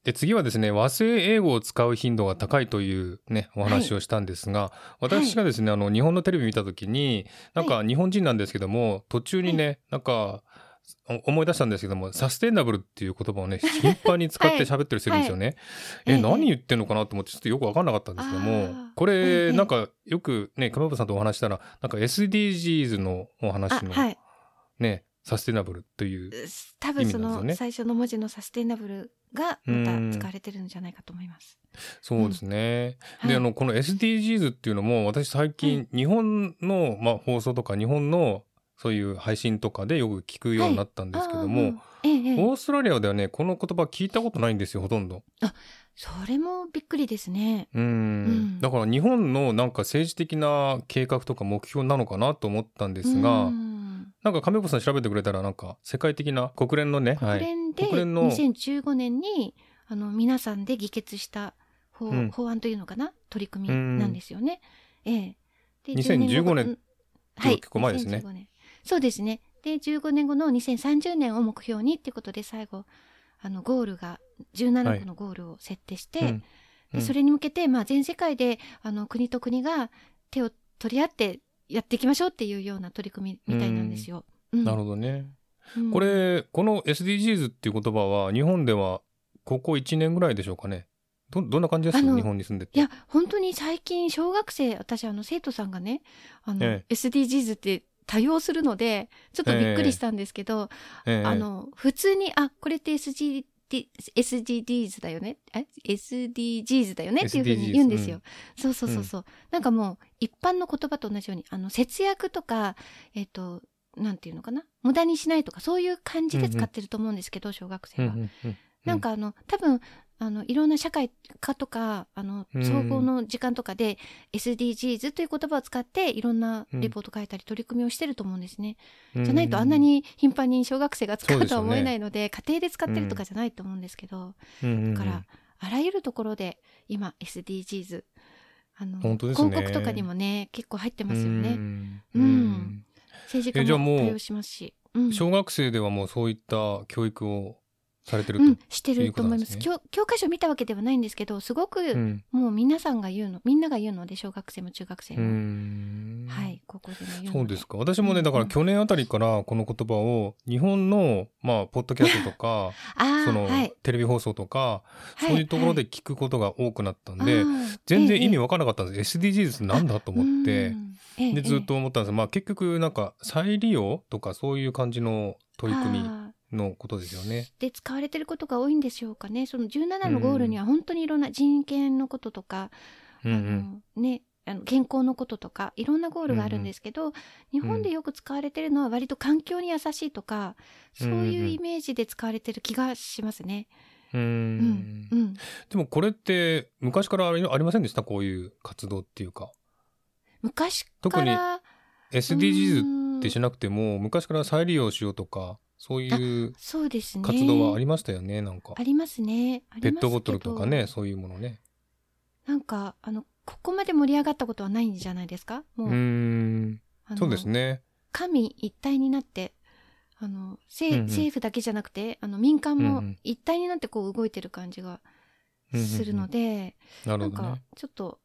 [SPEAKER 1] で、次はですね、和製英語を使う頻度が高いというね、お話をしたんですが、私がですね、あの、日本のテレビ見たときに、なんか日本人なんですけども、途中にね、なんか、お思い出したんですけども、サステイナブルっていう言葉をね、頻繁に使っ
[SPEAKER 2] はい
[SPEAKER 1] て喋ってる人いるんですよね。
[SPEAKER 2] ええ
[SPEAKER 1] え、何言ってんのかなと思って、ちょっとよくわかんなかったんですけど
[SPEAKER 2] あ
[SPEAKER 1] も
[SPEAKER 2] ー、
[SPEAKER 1] こ
[SPEAKER 2] ええ
[SPEAKER 1] れ、なんか、よくね、熊本さんとお話したら、なんか SDGs のお
[SPEAKER 2] あ
[SPEAKER 1] 話の
[SPEAKER 2] はい。
[SPEAKER 1] ね、サステイナブルという。
[SPEAKER 2] 多分そ
[SPEAKER 1] 意味なんです
[SPEAKER 2] の
[SPEAKER 1] よね
[SPEAKER 2] 最初の文字のサステイナブルがまた使われてるんじゃないかと思います。
[SPEAKER 1] そうですね。
[SPEAKER 2] はい
[SPEAKER 1] で、あの、この SDGs っていうのも、私最近、日本の、まあ、放送とか、日本の、そういう配信とかでよく聞くようになったんですけども、
[SPEAKER 2] あー、うんええええ
[SPEAKER 1] オーストラリアではね、この言葉聞いたことないんですよ、ほとんど。
[SPEAKER 2] それもびっくりですね。
[SPEAKER 1] うん,、
[SPEAKER 2] うん
[SPEAKER 1] だから日本のなんか政治的な計画とか目標なのかなと思ったんですが、
[SPEAKER 2] うん
[SPEAKER 1] なんか亀子さん調べてくれたら、なんか世界的な国連のね、は
[SPEAKER 2] 国
[SPEAKER 1] い。
[SPEAKER 2] 連で
[SPEAKER 1] 国連の
[SPEAKER 2] 2015年にあの皆さんで議決した法,、
[SPEAKER 1] うん
[SPEAKER 2] 法案というのかな取り組みなんですよね。ええ、で
[SPEAKER 1] 2015年
[SPEAKER 2] 10後
[SPEAKER 1] ていうのは結構前ですね
[SPEAKER 2] 2015年そうですね。で15年後の2030年を目標にっていうことで最後あのゴールが
[SPEAKER 1] は
[SPEAKER 2] 17
[SPEAKER 1] い
[SPEAKER 2] 個のゴールを設定して、
[SPEAKER 1] うんう
[SPEAKER 2] で
[SPEAKER 1] ん
[SPEAKER 2] それに向けて、まあ、全世界であの国と国が手を取り合ってやっていきましょうっていうような取り組みみたいなんですよ。
[SPEAKER 1] なる
[SPEAKER 2] ほ
[SPEAKER 1] ほどね。
[SPEAKER 2] ど、うん
[SPEAKER 1] これ、この SDGs っていう言葉は、日本ではここ1年ぐらいでしょうかね。ど、どんな感じです
[SPEAKER 2] あの
[SPEAKER 1] 日本に住んでて。
[SPEAKER 2] いや、本当に最近、小学生、私、あの、生徒さんがね、あの、
[SPEAKER 1] え
[SPEAKER 2] SDGs って多用するので、ちょっとびっくりしたんですけど、
[SPEAKER 1] ええ
[SPEAKER 2] あの、普通に、あ、これって SG、SDGs だよねえ ?SDGs だよねっていうふうに
[SPEAKER 1] SDGs
[SPEAKER 2] 言うんですよ。そうそうそうそう。なんかもう、一般の言葉と同じように、あの、節約とか、えっ、と、なんていうのかな無駄にしないとか、そういう感じで使ってると思うんですけど、小学生は。
[SPEAKER 1] うんうんうん
[SPEAKER 2] なんかあの、多分、あの、いろんな社会科とか、あの、
[SPEAKER 1] うん
[SPEAKER 2] 総合の時間とかで、SDGs という言葉を使って、いろんな
[SPEAKER 1] うん
[SPEAKER 2] レポート書いたり、取り組みをしてると思うんですね。
[SPEAKER 1] うん
[SPEAKER 2] じゃないと、あんなに頻繁に小学生が使
[SPEAKER 1] そう
[SPEAKER 2] う
[SPEAKER 1] です
[SPEAKER 2] と
[SPEAKER 1] よ
[SPEAKER 2] は
[SPEAKER 1] ね
[SPEAKER 2] 思えないので、家庭で使ってるとかじゃないと思うんですけど、
[SPEAKER 1] うん
[SPEAKER 2] だから、あらゆるところで、今、SDGs、あの、
[SPEAKER 1] 本当ですね
[SPEAKER 2] 広告とかにもね、結構入って
[SPEAKER 1] うん
[SPEAKER 2] ますよ
[SPEAKER 1] う
[SPEAKER 2] ね。
[SPEAKER 1] ん
[SPEAKER 2] うん
[SPEAKER 1] うん
[SPEAKER 2] 政
[SPEAKER 1] え
[SPEAKER 2] 治
[SPEAKER 1] じ
[SPEAKER 2] 家
[SPEAKER 1] ゃあも
[SPEAKER 2] も
[SPEAKER 1] う
[SPEAKER 2] 対応しますし。うん
[SPEAKER 1] 小学生ではもうそういった教育をされてる
[SPEAKER 2] うん
[SPEAKER 1] と。、
[SPEAKER 2] して
[SPEAKER 1] いう
[SPEAKER 2] る
[SPEAKER 1] こととな
[SPEAKER 2] 思
[SPEAKER 1] んで
[SPEAKER 2] いますす
[SPEAKER 1] ね
[SPEAKER 2] 教教科書見たわけではないんですけどすごく、
[SPEAKER 1] うん。
[SPEAKER 2] もう皆さんが言うのみんなが言うので小学生も中学生
[SPEAKER 1] う
[SPEAKER 2] も、
[SPEAKER 1] ん
[SPEAKER 2] はい高校生も言うの
[SPEAKER 1] そうですか。私もね、だか
[SPEAKER 2] う
[SPEAKER 1] ら
[SPEAKER 2] ん
[SPEAKER 1] 去年あたりからこの言葉を日本の、まあ、ポッドキャストとか、
[SPEAKER 2] *laughs* ああ
[SPEAKER 1] その、
[SPEAKER 2] はい
[SPEAKER 1] テレビ放送とか、
[SPEAKER 2] はい
[SPEAKER 1] そういうところで
[SPEAKER 2] は
[SPEAKER 1] 聞くことが多くなったん
[SPEAKER 2] い
[SPEAKER 1] で、
[SPEAKER 2] あー
[SPEAKER 1] 全然意味
[SPEAKER 2] え
[SPEAKER 1] わからなかったんです。SDGs ってなんだと
[SPEAKER 2] え
[SPEAKER 1] 思って
[SPEAKER 2] う、んええ
[SPEAKER 1] で、ずっ
[SPEAKER 2] え
[SPEAKER 1] と思ったんですまあ結局なんか再利用とかそういう感じの
[SPEAKER 2] え
[SPEAKER 1] 取り組み
[SPEAKER 2] あー
[SPEAKER 1] のことですよね。
[SPEAKER 2] で使われてることが多いんでしょうかねその17のゴールには本当にいろんな人権のこととか、
[SPEAKER 1] うんう
[SPEAKER 2] あ
[SPEAKER 1] ん。
[SPEAKER 2] のねあの健康のこととかいろんなゴールがあるんですけど、日本でよく使われてるのは割と環境に優しいとか、
[SPEAKER 1] うん
[SPEAKER 2] そういうイメージで使われてる気がしますね。
[SPEAKER 1] う
[SPEAKER 2] うんん、うん
[SPEAKER 1] でもこれって昔からありありませんでしたこういう活動っていうか。
[SPEAKER 2] 昔からう
[SPEAKER 1] SDGs
[SPEAKER 2] ーん
[SPEAKER 1] ってしなくても昔から再利用しようとかそういう
[SPEAKER 2] そうですね
[SPEAKER 1] 活動はありましたよねなんか。
[SPEAKER 2] ありますねありま
[SPEAKER 1] ペ
[SPEAKER 2] すけど
[SPEAKER 1] ットボトルとかねそういうものね。
[SPEAKER 2] なんかあのここまで盛り上がったことはないんじゃないですかも
[SPEAKER 1] う
[SPEAKER 2] う、
[SPEAKER 1] ーん
[SPEAKER 2] あの
[SPEAKER 1] そうですね。
[SPEAKER 2] 神一体になってあのせい
[SPEAKER 1] うんうん
[SPEAKER 2] 政府だけじゃなくてあの民間
[SPEAKER 1] う
[SPEAKER 2] も
[SPEAKER 1] んうん
[SPEAKER 2] 一体になってこう動いてる感じが
[SPEAKER 1] うんうんうん
[SPEAKER 2] するので、
[SPEAKER 1] なる
[SPEAKER 2] な
[SPEAKER 1] ほど
[SPEAKER 2] んか
[SPEAKER 1] ね。
[SPEAKER 2] ちょっと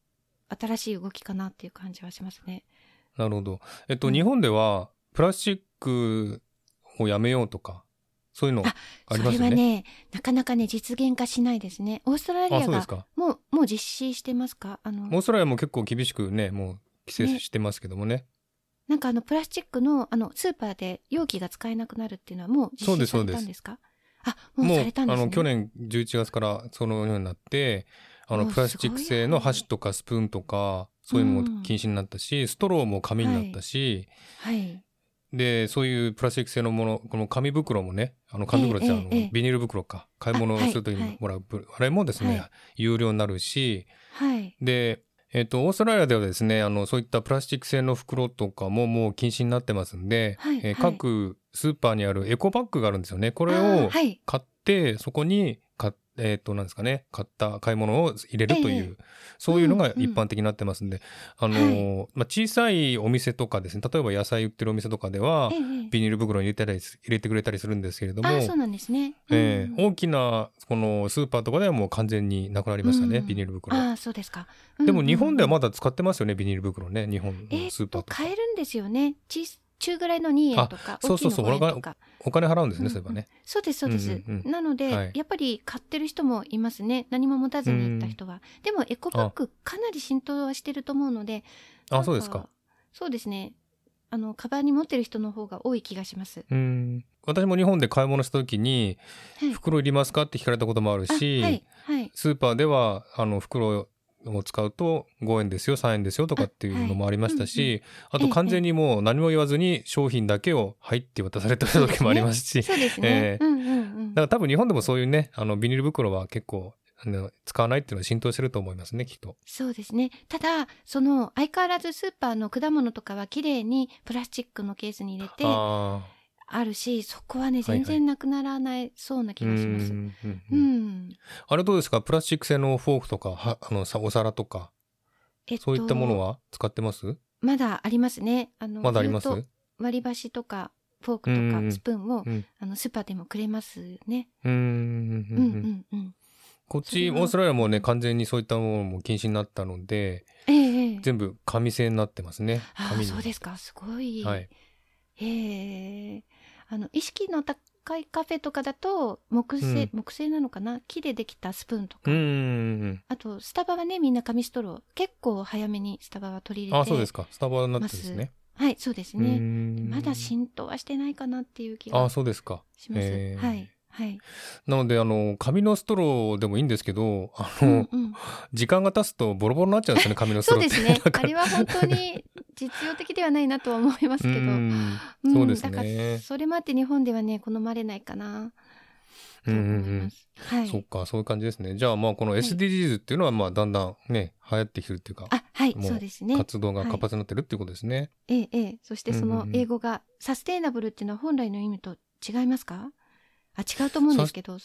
[SPEAKER 2] 新しい動きかなっていう感じはしますね。
[SPEAKER 1] なるほど。えっと、
[SPEAKER 2] うん
[SPEAKER 1] 日本ではプラスチックをやめようとか、そういうの
[SPEAKER 2] あ
[SPEAKER 1] あります
[SPEAKER 2] そ
[SPEAKER 1] よね。
[SPEAKER 2] れはねなかなかね実現化しないですね。オーストラリ
[SPEAKER 1] あ、
[SPEAKER 2] ア
[SPEAKER 1] そうです
[SPEAKER 2] が
[SPEAKER 1] か。
[SPEAKER 2] もうもう実施してますかあの
[SPEAKER 1] オーストラリアも結構厳しくね、もう規制
[SPEAKER 2] ね
[SPEAKER 1] してますけどもね。
[SPEAKER 2] なんかあのプラスチックのあのスーパーで容器が使えなくなるっていうのはもう
[SPEAKER 1] そう
[SPEAKER 2] 実
[SPEAKER 1] で
[SPEAKER 2] 施
[SPEAKER 1] す
[SPEAKER 2] されたんですかあもうされたんで
[SPEAKER 1] あ
[SPEAKER 2] すね。
[SPEAKER 1] の、去年11月からそのようになって、あの、
[SPEAKER 2] おー
[SPEAKER 1] プラスチック製の箸とかスプーンとか、そういうのも禁止になったし、ストローも紙になったし、
[SPEAKER 2] はい
[SPEAKER 1] で、そういうプラスチック製のもの、この紙袋もね、あの、紙袋ってあの、
[SPEAKER 2] ええええ
[SPEAKER 1] ビニール袋か、買い物をするとき
[SPEAKER 2] あはいは
[SPEAKER 1] に
[SPEAKER 2] い
[SPEAKER 1] もらう、あれもですね、
[SPEAKER 2] は
[SPEAKER 1] 有料になるし、
[SPEAKER 2] はい
[SPEAKER 1] で、えっと、オーストラリアではですね、あの、そういったプラスチック製の袋とかももう禁止になってますんで、
[SPEAKER 2] はい
[SPEAKER 1] えー
[SPEAKER 2] はい
[SPEAKER 1] 各スーパーにあるエコバッグがあるんですよね。これ
[SPEAKER 2] あー
[SPEAKER 1] を
[SPEAKER 2] はい
[SPEAKER 1] 買って、そこにか、えっと、なんですかね、買った買い物を入れるとい
[SPEAKER 2] え
[SPEAKER 1] う、
[SPEAKER 2] え
[SPEAKER 1] そういうのが
[SPEAKER 2] うんうん
[SPEAKER 1] 一般的になってますんで、あのーまあ、小さいお店とかですね、例えば野菜売ってるお店とかでは
[SPEAKER 2] え、えええ
[SPEAKER 1] ビニール袋に入れたりす、入れてくれたりするんですけれども、
[SPEAKER 2] あそうなんですね。
[SPEAKER 1] え
[SPEAKER 2] うん
[SPEAKER 1] ー大きな、このスーパーとかではもう完全になくなりましたね、
[SPEAKER 2] うん
[SPEAKER 1] ビニール袋。
[SPEAKER 2] ああそうですか。
[SPEAKER 1] でも日本では
[SPEAKER 2] ま
[SPEAKER 1] まだ使ってますよね、ビニール袋ね、日本
[SPEAKER 2] え
[SPEAKER 1] のスーパー
[SPEAKER 2] と
[SPEAKER 1] とか。
[SPEAKER 2] 買えるんですよね。ち中ぐらいの2円とか
[SPEAKER 1] そう
[SPEAKER 2] 大きい
[SPEAKER 1] そう
[SPEAKER 2] の
[SPEAKER 1] そう
[SPEAKER 2] 5円とか。
[SPEAKER 1] お金払うんですね、
[SPEAKER 2] うん
[SPEAKER 1] そういえばね。
[SPEAKER 2] そうですそうです。
[SPEAKER 1] うんうんう
[SPEAKER 2] なので、
[SPEAKER 1] はい
[SPEAKER 2] やっぱり買ってる人もいますね。何も持たずに行った人は。でもエコバッグかなり浸透はしてると思うので。なん
[SPEAKER 1] あ、そうですか。。
[SPEAKER 2] そうですね。あのカバンに持ってる人の方が多い気がします。
[SPEAKER 1] うん。私も日本で買い物した時に、
[SPEAKER 2] はい。
[SPEAKER 1] 袋いりますかって聞かれたこともある
[SPEAKER 2] あ
[SPEAKER 1] し、
[SPEAKER 2] はいはい。
[SPEAKER 1] スーパーでは、あの、袋を使うと5円ですよ、3円ですよとかっていうのもありましたし、あ,、
[SPEAKER 2] いうんうん
[SPEAKER 1] と完全にもう何も言わずに商品だけを入って渡された時もありますし、
[SPEAKER 2] そうです
[SPEAKER 1] え
[SPEAKER 2] ね。うんうんうん
[SPEAKER 1] *laughs* だか。ら多分日本でもそういうね、あの、ビニール袋は結構、あの使わないっていうのは浸透してると思いますね、きっと。
[SPEAKER 2] そうですね。ただ、その、相変わらずスーパーの果物とかは綺麗にプラスチックのケースに入れてあ
[SPEAKER 1] ああ。
[SPEAKER 2] るし、そこはね、
[SPEAKER 1] はいはい
[SPEAKER 2] 全然なくならないそうな気がします。
[SPEAKER 1] う
[SPEAKER 2] うん
[SPEAKER 1] んうん
[SPEAKER 2] う
[SPEAKER 1] うん
[SPEAKER 2] ん。
[SPEAKER 1] あれどうですかプラスチック製のフォークとか、はあのさお皿とか、
[SPEAKER 2] えっと
[SPEAKER 1] そういったものは使ってます
[SPEAKER 2] まだありますね。あの、
[SPEAKER 1] まだあります
[SPEAKER 2] ずっと割り箸とか、フォーク
[SPEAKER 1] う
[SPEAKER 2] と
[SPEAKER 1] ん
[SPEAKER 2] か、スプーンを、
[SPEAKER 1] うん
[SPEAKER 2] あの、スーパーでもくれますね。
[SPEAKER 1] うんうん
[SPEAKER 2] う
[SPEAKER 1] うんん
[SPEAKER 2] う
[SPEAKER 1] うん
[SPEAKER 2] んうん。
[SPEAKER 1] こっ
[SPEAKER 2] それ
[SPEAKER 1] ち、オ
[SPEAKER 2] は
[SPEAKER 1] ーストラリアもね、完全にそういったものも禁止になったので、
[SPEAKER 2] ええええ。
[SPEAKER 1] 全部紙製になってますね。
[SPEAKER 2] あ
[SPEAKER 1] 紙
[SPEAKER 2] あ、
[SPEAKER 1] に
[SPEAKER 2] そうですか。すごい。
[SPEAKER 1] はい。
[SPEAKER 2] ええあの意識の高いカフェとかだと木製、
[SPEAKER 1] うん
[SPEAKER 2] 木製なのかな木でできたスプーンと
[SPEAKER 1] う
[SPEAKER 2] か、
[SPEAKER 1] んうん
[SPEAKER 2] あとスタバはねみんな紙ストロー結構早めにスタバは取り
[SPEAKER 1] う
[SPEAKER 2] 入
[SPEAKER 1] ん。
[SPEAKER 2] れて
[SPEAKER 1] あ、そうですか。スタバになってるんですね。
[SPEAKER 2] はいそうです
[SPEAKER 1] う
[SPEAKER 2] ね
[SPEAKER 1] ん
[SPEAKER 2] まだ浸透はしてないかなっていう気
[SPEAKER 1] あ
[SPEAKER 2] が
[SPEAKER 1] そうですか。
[SPEAKER 2] します、
[SPEAKER 1] へえ
[SPEAKER 2] はいはい
[SPEAKER 1] なので、あの、紙のストローでもいいんですけど、あ
[SPEAKER 2] う
[SPEAKER 1] の、
[SPEAKER 2] ん
[SPEAKER 1] *laughs*
[SPEAKER 2] うん、
[SPEAKER 1] 時間が経つとボロボロになっちゃうんですよね、紙のスト
[SPEAKER 2] そう
[SPEAKER 1] ローっ
[SPEAKER 2] で
[SPEAKER 1] て。
[SPEAKER 2] すね
[SPEAKER 1] だ
[SPEAKER 2] あ
[SPEAKER 1] から
[SPEAKER 2] れは本当に実用的ではないなとは思います
[SPEAKER 1] う
[SPEAKER 2] けど、うん
[SPEAKER 1] んそうです
[SPEAKER 2] だから
[SPEAKER 1] ね。
[SPEAKER 2] それもあって日本ではね好まれないかなと
[SPEAKER 1] うんうん
[SPEAKER 2] 思い
[SPEAKER 1] うん
[SPEAKER 2] ま。す、はい
[SPEAKER 1] そっか、そういう感じですね。じゃあ、まあ、この
[SPEAKER 2] い
[SPEAKER 1] SDGs っていうのは、まあ、だんだんね、流行ってきてるっていうか、
[SPEAKER 2] あはい
[SPEAKER 1] もう
[SPEAKER 2] そうですね
[SPEAKER 1] 活動が活発になってるっていうことですね。
[SPEAKER 2] ええ、ええ、そして
[SPEAKER 1] う
[SPEAKER 2] そ
[SPEAKER 1] んう
[SPEAKER 2] の
[SPEAKER 1] んうん
[SPEAKER 2] 英語が、サステイナブルっていうのは本来の意味と違いますかあ、違うと思うんですけど。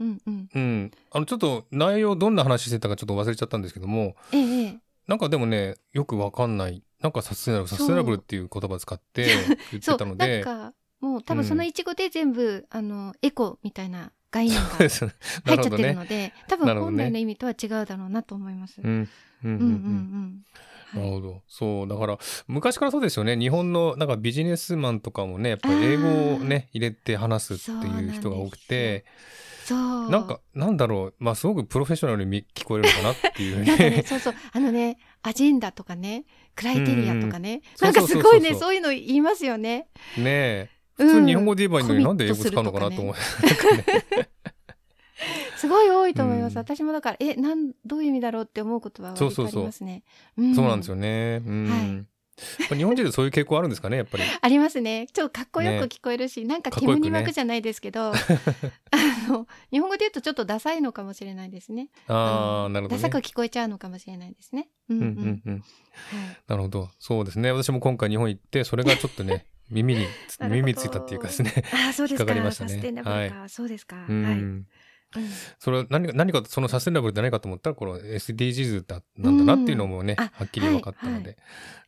[SPEAKER 2] うんうん。
[SPEAKER 1] うん。あの、ちょっと内容どんな話してたかちょっと忘れちゃったんですけども、
[SPEAKER 2] ええ、ええ。
[SPEAKER 1] なんかでもね、よくわかんない。なんかサステナブル、
[SPEAKER 2] そ
[SPEAKER 1] サ
[SPEAKER 2] う
[SPEAKER 1] ステナブルっていう言葉使
[SPEAKER 2] *laughs*
[SPEAKER 1] って言って
[SPEAKER 2] そう、
[SPEAKER 1] たの
[SPEAKER 2] なん
[SPEAKER 1] で、
[SPEAKER 2] か、もう多分その一語で全部、あの、エコみたいな概念が
[SPEAKER 1] そうですね。 *laughs* なるほ
[SPEAKER 2] *laughs* 入っちゃっ
[SPEAKER 1] ど
[SPEAKER 2] てる
[SPEAKER 1] ね。
[SPEAKER 2] ので、多
[SPEAKER 1] な
[SPEAKER 2] 分
[SPEAKER 1] るほど
[SPEAKER 2] 本
[SPEAKER 1] ね
[SPEAKER 2] 来の意味とは違うだろうなと思います。
[SPEAKER 1] う
[SPEAKER 2] うん
[SPEAKER 1] ん。うんうん
[SPEAKER 2] う
[SPEAKER 1] うんん。
[SPEAKER 2] うん
[SPEAKER 1] な
[SPEAKER 2] は
[SPEAKER 1] るほ
[SPEAKER 2] い
[SPEAKER 1] ど。そう。だから、昔からそうですよね。日本の、なんかビジネスマンとかもね、やっぱり英語をね、入れて話すっていう人が多くて、
[SPEAKER 2] そう。
[SPEAKER 1] なんか、なんだろう。まあ、すごくプロフェッショナルにみ聞こえるのかなっていう
[SPEAKER 2] *laughs* なんか
[SPEAKER 1] *laughs*
[SPEAKER 2] ね、
[SPEAKER 1] ね。
[SPEAKER 2] そうそう、あのね、アジェンダとかね、クライテリアとかね、
[SPEAKER 1] うん
[SPEAKER 2] な
[SPEAKER 1] うんん
[SPEAKER 2] かすごい
[SPEAKER 1] そうそうそうそ
[SPEAKER 2] ね、
[SPEAKER 1] う
[SPEAKER 2] そういうの言いますよね。
[SPEAKER 1] ねえ。
[SPEAKER 2] うん
[SPEAKER 1] 普通に日本語で言えばいいのに、な
[SPEAKER 2] コミ
[SPEAKER 1] んで英
[SPEAKER 2] ッ
[SPEAKER 1] 語
[SPEAKER 2] トす
[SPEAKER 1] 使
[SPEAKER 2] る
[SPEAKER 1] う
[SPEAKER 2] とかね
[SPEAKER 1] のかなと思う。
[SPEAKER 2] すごい多いと思います。
[SPEAKER 1] うん
[SPEAKER 2] 私もだから、え、なん、どういう意味だろうって思うことは割とありますね。
[SPEAKER 1] そうなんですよ
[SPEAKER 2] ね。
[SPEAKER 1] ね。うん。
[SPEAKER 2] はい
[SPEAKER 1] やっぱ日本人でそういう傾向あるんですかね、やっ
[SPEAKER 2] *laughs*
[SPEAKER 1] ぱり。
[SPEAKER 2] ありますね。ちょっとかっこよく
[SPEAKER 1] ね
[SPEAKER 2] 聞こえるし、なんか
[SPEAKER 1] かっこよ
[SPEAKER 2] 煙
[SPEAKER 1] くね
[SPEAKER 2] に巻くじゃないですけど、 *laughs* あの、日本語で言うとちょっとダサいのかもしれないですね。
[SPEAKER 1] ああ、なるほ
[SPEAKER 2] ダ
[SPEAKER 1] ど
[SPEAKER 2] サ
[SPEAKER 1] ね
[SPEAKER 2] く。聞こえちゃうのかもしれないですね。うん
[SPEAKER 1] う
[SPEAKER 2] うん。
[SPEAKER 1] うんんうん。
[SPEAKER 2] はい
[SPEAKER 1] なるほど。そうですね。私も今回日本行って、それがちょっと
[SPEAKER 2] *laughs*
[SPEAKER 1] ね、耳につ、
[SPEAKER 2] なるほど
[SPEAKER 1] 耳についたっていうかですね。
[SPEAKER 2] ああ、そうで
[SPEAKER 1] 引っ
[SPEAKER 2] す
[SPEAKER 1] か
[SPEAKER 2] か。
[SPEAKER 1] かりましたね。
[SPEAKER 2] サステナブルか。そうですか。はいう
[SPEAKER 1] ん。
[SPEAKER 2] うん
[SPEAKER 1] それは何が、何かと、そのサステナブルって何かと思ったら、この SDGs だなんだなっていうのもね、
[SPEAKER 2] うんあ
[SPEAKER 1] はっきり分かったので、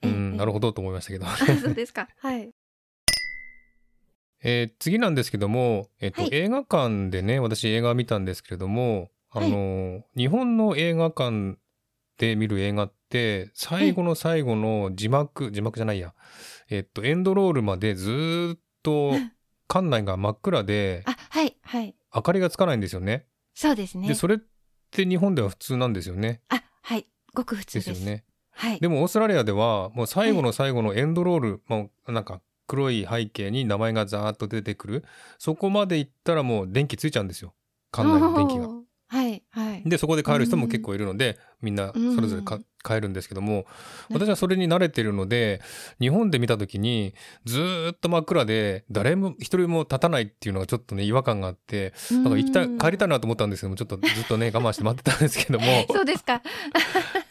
[SPEAKER 2] はいは
[SPEAKER 1] う
[SPEAKER 2] い
[SPEAKER 1] ん
[SPEAKER 2] ええ
[SPEAKER 1] なるほどと思いました
[SPEAKER 2] *laughs*
[SPEAKER 1] けど。
[SPEAKER 2] あそうで
[SPEAKER 1] *laughs*
[SPEAKER 2] すか。はい。
[SPEAKER 1] えー次なんですけども、えっと
[SPEAKER 2] はい
[SPEAKER 1] 映画館でね私映画見たんですけれども、あのー日本の映画館で見る映画って最後の最後の字幕、字幕じゃないや、えっとエンドロールまでずーっ
[SPEAKER 2] *laughs*
[SPEAKER 1] と
[SPEAKER 2] うん
[SPEAKER 1] 館内が真っ暗で
[SPEAKER 2] あ、はい、はい。
[SPEAKER 1] 明かりがつかないんですよね。
[SPEAKER 2] そうですね
[SPEAKER 1] で。それって日本では普通なんですよね。
[SPEAKER 2] あ、はい。ごく普通
[SPEAKER 1] で
[SPEAKER 2] ですす。
[SPEAKER 1] よね。
[SPEAKER 2] は
[SPEAKER 1] *laughs*
[SPEAKER 2] い。
[SPEAKER 1] でもオーストラリアではもう最後の最後のエンドロール、もうなんか黒い背景に名前がザーッと出てくるそこまで行ったらもう電気ついちゃうんですよ館内の電気が
[SPEAKER 2] お。ーはい、はい。
[SPEAKER 1] でそこで帰る人も結構いるので、みんなそれぞれか
[SPEAKER 2] うん
[SPEAKER 1] 帰るんですけども
[SPEAKER 2] なるほど
[SPEAKER 1] 私はそれに慣れてるので日本で見た時にずーっと真っ暗で誰も一人も立たないっていうのがちょっとね違和感があって
[SPEAKER 2] うん
[SPEAKER 1] なんか行きたい帰りたいなと思ったんですけどもちょっとずっとね我慢して待ってたんですけども。
[SPEAKER 2] そうですか。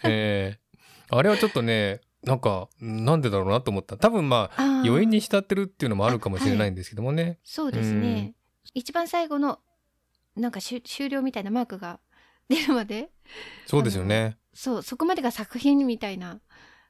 [SPEAKER 1] えーあれはちょっとねなんかなんでだろうなと思った多分まあ
[SPEAKER 2] あー
[SPEAKER 1] 余韻に浸ってるっていうのもあるかもしれないんですけどもね、
[SPEAKER 2] そうですね。一番最後の、なんか終終了みたいなマークが出るまで、
[SPEAKER 1] そうですよね
[SPEAKER 2] そう、そこまでが作品みたいな。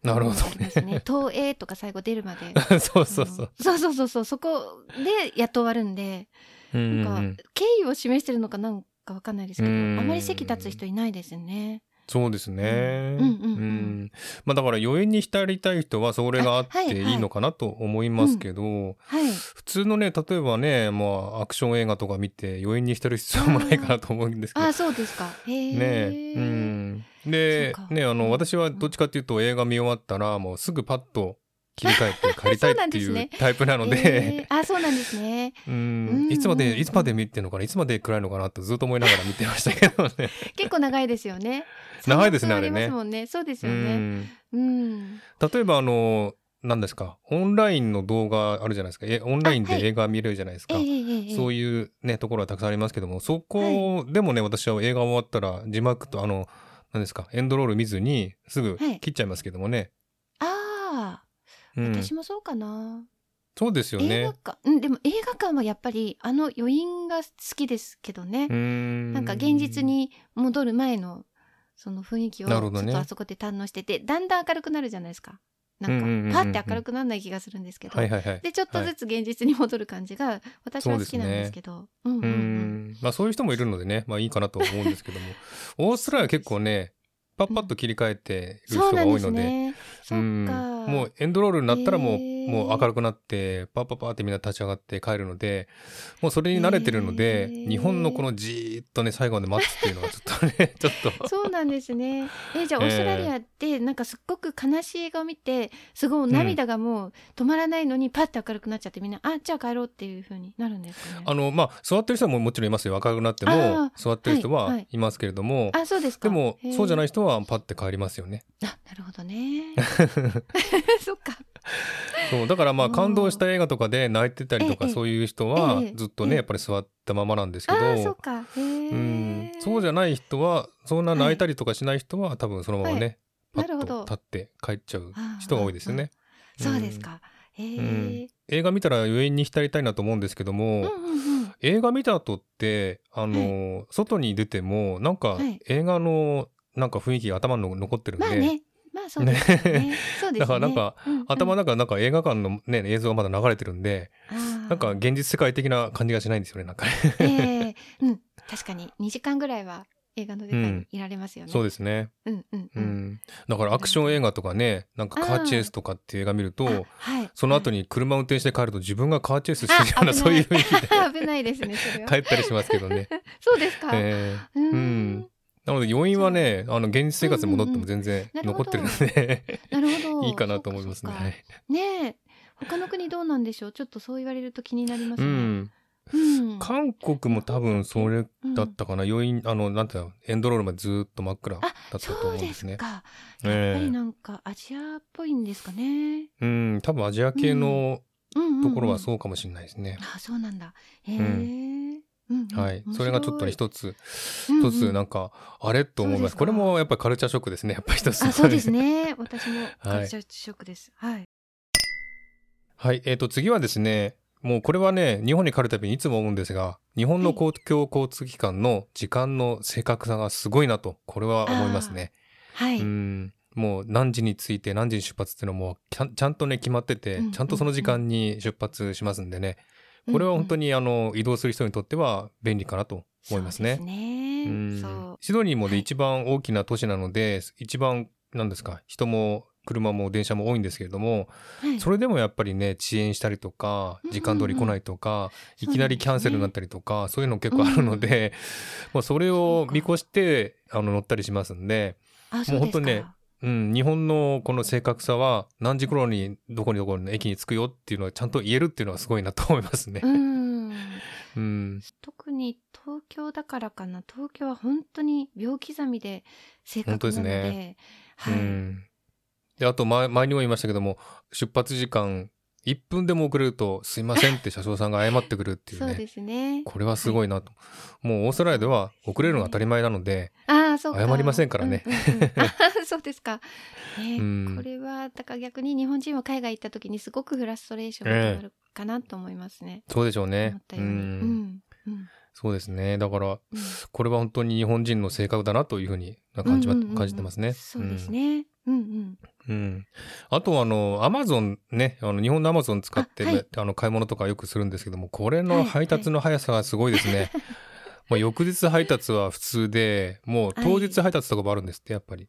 [SPEAKER 1] なるほど
[SPEAKER 2] ありますね。投影とか最後出るま
[SPEAKER 1] *laughs*
[SPEAKER 2] で。
[SPEAKER 1] そうそうそう、
[SPEAKER 2] あのそうそうそうそう。そこでやっと終わるんで、
[SPEAKER 1] うんうんう
[SPEAKER 2] なん
[SPEAKER 1] ん
[SPEAKER 2] か、敬意を示してるのかなんかわかんないですけど、
[SPEAKER 1] うん
[SPEAKER 2] あまり席立つ人いないですね。
[SPEAKER 1] そうですね、
[SPEAKER 2] うんうんうんうん
[SPEAKER 1] まあだから余韻に浸りたい人はそれがあっ
[SPEAKER 2] あはい
[SPEAKER 1] ていいのかなと思いますけど、
[SPEAKER 2] はい。
[SPEAKER 1] 普通のね例えばねまあアクション映画とか見て余韻に浸る必要もないかなと思うんですけど
[SPEAKER 2] あ、そうですか。へえ。
[SPEAKER 1] ねえ、うん、で
[SPEAKER 2] そうか
[SPEAKER 1] ねあ
[SPEAKER 2] うん
[SPEAKER 1] の私はどっちかっていうと映画見終わったらもうすぐパッと切り替えて帰りたいって
[SPEAKER 2] そうなん
[SPEAKER 1] い
[SPEAKER 2] で
[SPEAKER 1] うタイプなの
[SPEAKER 2] え
[SPEAKER 1] で
[SPEAKER 2] ーあ、そうなんですね。
[SPEAKER 1] う
[SPEAKER 2] うん
[SPEAKER 1] んいつまでいつまで見てるのかないつまで暗いのかなってずっと思いながら見てましたけどね。
[SPEAKER 2] 結構長いですよね。
[SPEAKER 1] 長いですね
[SPEAKER 2] 三
[SPEAKER 1] あれね
[SPEAKER 2] 四分りますもんね。そうです
[SPEAKER 1] う
[SPEAKER 2] よね。
[SPEAKER 1] ん
[SPEAKER 2] うん。
[SPEAKER 1] 例えばあの何ですかオンラインの動画あるじゃないですかえオンライン
[SPEAKER 2] あは
[SPEAKER 1] で
[SPEAKER 2] い
[SPEAKER 1] 映画見れるじゃないです
[SPEAKER 2] え
[SPEAKER 1] か
[SPEAKER 2] え。ええええ。
[SPEAKER 1] そういうねところはたくさんありますけどもそこでもね私は映画終わったら字幕とあの何ですかエンドロール見ずにすぐ
[SPEAKER 2] はい
[SPEAKER 1] 切っちゃいますけどもね。
[SPEAKER 2] ああ、
[SPEAKER 1] うん、
[SPEAKER 2] 私もそうかな。
[SPEAKER 1] そうですよ
[SPEAKER 2] 映
[SPEAKER 1] ね
[SPEAKER 2] 画。館、うん、でも映画館はやっぱりあの余韻が好きですけどね。
[SPEAKER 1] な
[SPEAKER 2] なんか現実に戻る前のその雰囲気をち
[SPEAKER 1] な
[SPEAKER 2] ょ
[SPEAKER 1] るほど
[SPEAKER 2] っ
[SPEAKER 1] ね
[SPEAKER 2] とあそこで堪能してて、だんだん明るくなるじゃないですか。なん
[SPEAKER 1] うんうんうんうん
[SPEAKER 2] かパって明るくならない気がするんですけど。
[SPEAKER 1] はいはいはい。
[SPEAKER 2] でちょっとずつ現実に戻る感じが私は好きなんですけど。う
[SPEAKER 1] うんーんまあそういう人もいるのでね、まあいいかなと思うんですけど
[SPEAKER 2] *laughs*
[SPEAKER 1] も、オーストラリアは結構ね、パッパッと切り替えている人
[SPEAKER 2] そう
[SPEAKER 1] が
[SPEAKER 2] なん
[SPEAKER 1] 多
[SPEAKER 2] で
[SPEAKER 1] い
[SPEAKER 2] す
[SPEAKER 1] ので、
[SPEAKER 2] ね。そっか。
[SPEAKER 1] うんもうエンドロールになったらもう、
[SPEAKER 2] へー
[SPEAKER 1] もう明るくなって、パッパッパーってみんな立ち上がって帰るので、もうそれに慣れてるの
[SPEAKER 2] へ
[SPEAKER 1] で、
[SPEAKER 2] ー
[SPEAKER 1] 日本のこのじーっとね、最後まで待つっていうのはちょっと
[SPEAKER 2] *laughs*
[SPEAKER 1] ね、ちょっと。
[SPEAKER 2] そうなんですね。えじゃあオーストラリアってなんかすっごく悲しい映画を見てすごい涙がもう止まらないのにパッて明るくなっちゃってみんなあじゃあ帰ろうっていう風になるんですかね。
[SPEAKER 1] あの、まあ、座ってる人はももちろんいますよ。明るくなっても
[SPEAKER 2] あー、
[SPEAKER 1] 座ってる人
[SPEAKER 2] はい
[SPEAKER 1] は
[SPEAKER 2] はい
[SPEAKER 1] いますけれども、
[SPEAKER 2] あそうですか。。
[SPEAKER 1] でも、そうじゃないい人はパッて帰りますよね。
[SPEAKER 2] あなるほどね。
[SPEAKER 1] *laughs*
[SPEAKER 2] そっか。
[SPEAKER 1] そうだからま
[SPEAKER 2] う
[SPEAKER 1] あ
[SPEAKER 2] ん
[SPEAKER 1] 感動した映画とかで泣いてたりと
[SPEAKER 2] え
[SPEAKER 1] か
[SPEAKER 2] え
[SPEAKER 1] そういう人は
[SPEAKER 2] ええ
[SPEAKER 1] ずっと
[SPEAKER 2] ええ
[SPEAKER 1] ねやっぱり座ったままなんですけ
[SPEAKER 2] あーそ
[SPEAKER 1] ど
[SPEAKER 2] っか。へ
[SPEAKER 1] うん
[SPEAKER 2] ー
[SPEAKER 1] そうじゃない人はそんな泣いたりとかしない人は多分そのままねパ
[SPEAKER 2] なるほ
[SPEAKER 1] ッ
[SPEAKER 2] ど
[SPEAKER 1] と立って帰っちゃう人が多いですよね。
[SPEAKER 2] そうですか。へえ。
[SPEAKER 1] 映画見たら余韻に浸りたいなと思うんですけど
[SPEAKER 2] うんう
[SPEAKER 1] も
[SPEAKER 2] んうん。
[SPEAKER 1] 映画見た後ってあの外に出てもなんか
[SPEAKER 2] はい
[SPEAKER 1] 映画のなんか雰囲気が頭に残ってるん
[SPEAKER 2] まあ
[SPEAKER 1] で
[SPEAKER 2] ね。まあそうですよね
[SPEAKER 1] ね。
[SPEAKER 2] そうですね。
[SPEAKER 1] だからなんか
[SPEAKER 2] うう、
[SPEAKER 1] 頭の中なんか映画館のね映像がまだ流れてるんで
[SPEAKER 2] あー
[SPEAKER 1] なんか現実世界的な感じがしないんですよねなんかね。
[SPEAKER 2] ええで、うん、確かに2時間ぐらいは映画の世界にいられますよね。
[SPEAKER 1] そうですね、
[SPEAKER 2] うんうん
[SPEAKER 1] う
[SPEAKER 2] うんん。
[SPEAKER 1] だからアクション映画とかねなんかカーチェイスとかっていう映画見る
[SPEAKER 2] あ
[SPEAKER 1] と
[SPEAKER 2] はい。
[SPEAKER 1] その後
[SPEAKER 2] に。
[SPEAKER 1] に車運転して帰ると自分がカーチェイスしてるような
[SPEAKER 2] あ
[SPEAKER 1] *laughs* そういう雰囲気で
[SPEAKER 2] *laughs* 危ないですね、それ
[SPEAKER 1] 帰
[SPEAKER 2] は。
[SPEAKER 1] ったりしますけど
[SPEAKER 2] *laughs*
[SPEAKER 1] ね。
[SPEAKER 2] そうですか。
[SPEAKER 1] えー
[SPEAKER 2] うーん
[SPEAKER 1] ん。なので余韻はねあの現実生活に戻っても全然
[SPEAKER 2] うんうんうん
[SPEAKER 1] 残ってるので、
[SPEAKER 2] なるほど。
[SPEAKER 1] いいかなと思いますね。
[SPEAKER 2] そうかそうかねえ。他の国どうなんでしょうちょっとそう言われると気になります
[SPEAKER 1] う
[SPEAKER 2] ね。
[SPEAKER 1] ん、
[SPEAKER 2] うん。
[SPEAKER 1] 韓国も多分それ
[SPEAKER 2] うん
[SPEAKER 1] だったかな、余韻あのなんていうのエンドロールまでずーっと真っ暗だったと思
[SPEAKER 2] そ
[SPEAKER 1] うん
[SPEAKER 2] う
[SPEAKER 1] で
[SPEAKER 2] ですす
[SPEAKER 1] ね。
[SPEAKER 2] か。やっぱ
[SPEAKER 1] え
[SPEAKER 2] り
[SPEAKER 1] え
[SPEAKER 2] なんかアジアっぽいんですかね。
[SPEAKER 1] うん多分アジア系の
[SPEAKER 2] うんうんうん
[SPEAKER 1] ところはそうかもしれないですね。
[SPEAKER 2] あそうなんだ。へえ。
[SPEAKER 1] う
[SPEAKER 2] うんんうん
[SPEAKER 1] はい、それがちょっとね。一つ
[SPEAKER 2] うんう
[SPEAKER 1] 一
[SPEAKER 2] ん
[SPEAKER 1] つなんか、あれと思い
[SPEAKER 2] そう
[SPEAKER 1] ま
[SPEAKER 2] ですすか
[SPEAKER 1] これもやっぱりカルチャーショックですねやっぱり一つ
[SPEAKER 2] 面白いあ、そうですね。私もカルチャーショックです。はい。
[SPEAKER 1] はいえー、と次はですねもうこれはね日本に帰るたびにいつも思うんですが日本の公共交通機関の時間の正確さがすごいなとこれは思いますね。
[SPEAKER 2] はい。
[SPEAKER 1] うんもう何時に着いて何時に出発っていうのもちゃんちゃんとね決まってて、
[SPEAKER 2] うん
[SPEAKER 1] ちゃんとその時間に出発しますんでね
[SPEAKER 2] うん
[SPEAKER 1] これは本当
[SPEAKER 2] に
[SPEAKER 1] にあの移動する人にとっては便利かなと思いますね。
[SPEAKER 2] そうで
[SPEAKER 1] う
[SPEAKER 2] す
[SPEAKER 1] ん
[SPEAKER 2] ね。そう。
[SPEAKER 1] シドニーも
[SPEAKER 2] は
[SPEAKER 1] で
[SPEAKER 2] い
[SPEAKER 1] 一番大きな都市なので、一番なんですか人も車も電車も多いんですけれども、
[SPEAKER 2] はい
[SPEAKER 1] それでもやっぱりね遅延したりとか
[SPEAKER 2] うんうんうん
[SPEAKER 1] 時間通り来ないとか、
[SPEAKER 2] そうなんですね
[SPEAKER 1] いきなりキャンセルになったりとかそういうの結構あるので、 *laughs* まあそれを見越してあの乗ったりしますんで、
[SPEAKER 2] あ、
[SPEAKER 1] もう本当にね
[SPEAKER 2] そうですか
[SPEAKER 1] うん、日本のこの正確さは何時頃にどこにどこの駅に着くよっていうのはちゃんと言えるっていうのはすごいなと思いますね。
[SPEAKER 2] うん。
[SPEAKER 1] うん、
[SPEAKER 2] 特に東京だからかな。東京は本当に秒刻みで正
[SPEAKER 1] 本当
[SPEAKER 2] 確
[SPEAKER 1] です
[SPEAKER 2] なので。
[SPEAKER 1] ね
[SPEAKER 2] は
[SPEAKER 1] う
[SPEAKER 2] い。
[SPEAKER 1] ん、であと前前にも言いましたけども出発時間1分でも遅れると「すいません」
[SPEAKER 2] *laughs*
[SPEAKER 1] って車掌さんが謝ってくるってい
[SPEAKER 2] そうう
[SPEAKER 1] ね
[SPEAKER 2] ですね。
[SPEAKER 1] これはすごいなと、もうオーストラリアでは遅れるのが当たり前なので、
[SPEAKER 2] ああ、そうか。
[SPEAKER 1] 謝りませんからね
[SPEAKER 2] うんうんうん。
[SPEAKER 1] *laughs*
[SPEAKER 2] *laughs* あそうですか。ね
[SPEAKER 1] うん
[SPEAKER 2] これは、だから逆に日本人は海外行った時にすごくフラストレーションがあるかなと思いますね。
[SPEAKER 1] そうでしょうね
[SPEAKER 2] 思った
[SPEAKER 1] う
[SPEAKER 2] ように。うんん。うん。
[SPEAKER 1] そうですねだから
[SPEAKER 2] うん
[SPEAKER 1] これは本当に日本人の性格だなというふうに感じ,、ま
[SPEAKER 2] うんうんうんうん
[SPEAKER 1] 感じてますね。
[SPEAKER 2] そうですね。うん
[SPEAKER 1] う
[SPEAKER 2] うん。
[SPEAKER 1] んうんあとあのアマゾンねあの日本のアマゾン使って
[SPEAKER 2] あはい
[SPEAKER 1] あの買い物とかよくするんですけどもこれ
[SPEAKER 2] は
[SPEAKER 1] の
[SPEAKER 2] い
[SPEAKER 1] 配達の速さがすごいです
[SPEAKER 2] *laughs*
[SPEAKER 1] ね。まあ翌日配達は普通でもう当日配達とかもあるんですってやっぱり。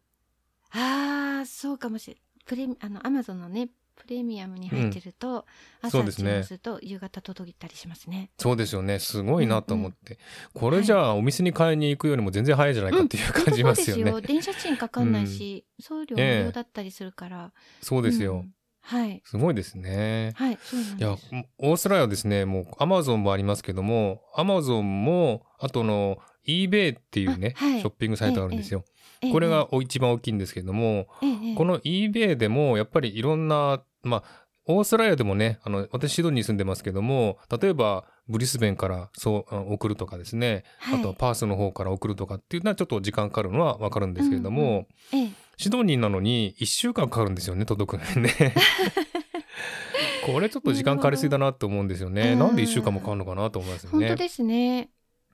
[SPEAKER 2] ああ、そうかもしれない。プレミ、あの、アマゾンのね、プレミアムに入ってると、
[SPEAKER 1] うん
[SPEAKER 2] 朝
[SPEAKER 1] そうです
[SPEAKER 2] 注
[SPEAKER 1] ね
[SPEAKER 2] 文すると夕方届いたりしますね。
[SPEAKER 1] そうですよねすごいなと思って、これじゃあお店に買いに行くよりも全然早いじゃないかっていう感じますよね。
[SPEAKER 2] 本当そうですよ。電車賃かかんないし、送料無料だったりするから。
[SPEAKER 1] そうですよ、
[SPEAKER 2] うんはい。
[SPEAKER 1] すごいですね。
[SPEAKER 2] はい、そうなん
[SPEAKER 1] い
[SPEAKER 2] で
[SPEAKER 1] や
[SPEAKER 2] す。
[SPEAKER 1] オーストラリアはですねもうアマゾンもありますけどもアマゾンもあとの eBay っていうね、
[SPEAKER 2] あはい
[SPEAKER 1] ショッピングサイトがあるんですよ。
[SPEAKER 2] ええ
[SPEAKER 1] これがお一番大きいんですけども、
[SPEAKER 2] ええ、
[SPEAKER 1] この eBay でもやっぱりいろんなまあオーストラリアでもねあの私シドニーに住んでますけども例えばブリスベンからそうあ送るとかですね、
[SPEAKER 2] はい
[SPEAKER 1] あとはパースの方から送るとかっていうのはちょっと時間かかるのはわかるんですけれども、
[SPEAKER 2] うんうんええ
[SPEAKER 1] シドニーなのに1週間かかるんですよね届くのに
[SPEAKER 2] *laughs*
[SPEAKER 1] ねこれちょっと時間かかりすぎだなと思うんですよね
[SPEAKER 2] うん
[SPEAKER 1] なんで1週間もかかるのかなと思いますよ
[SPEAKER 2] 本
[SPEAKER 1] ね
[SPEAKER 2] 当ですね。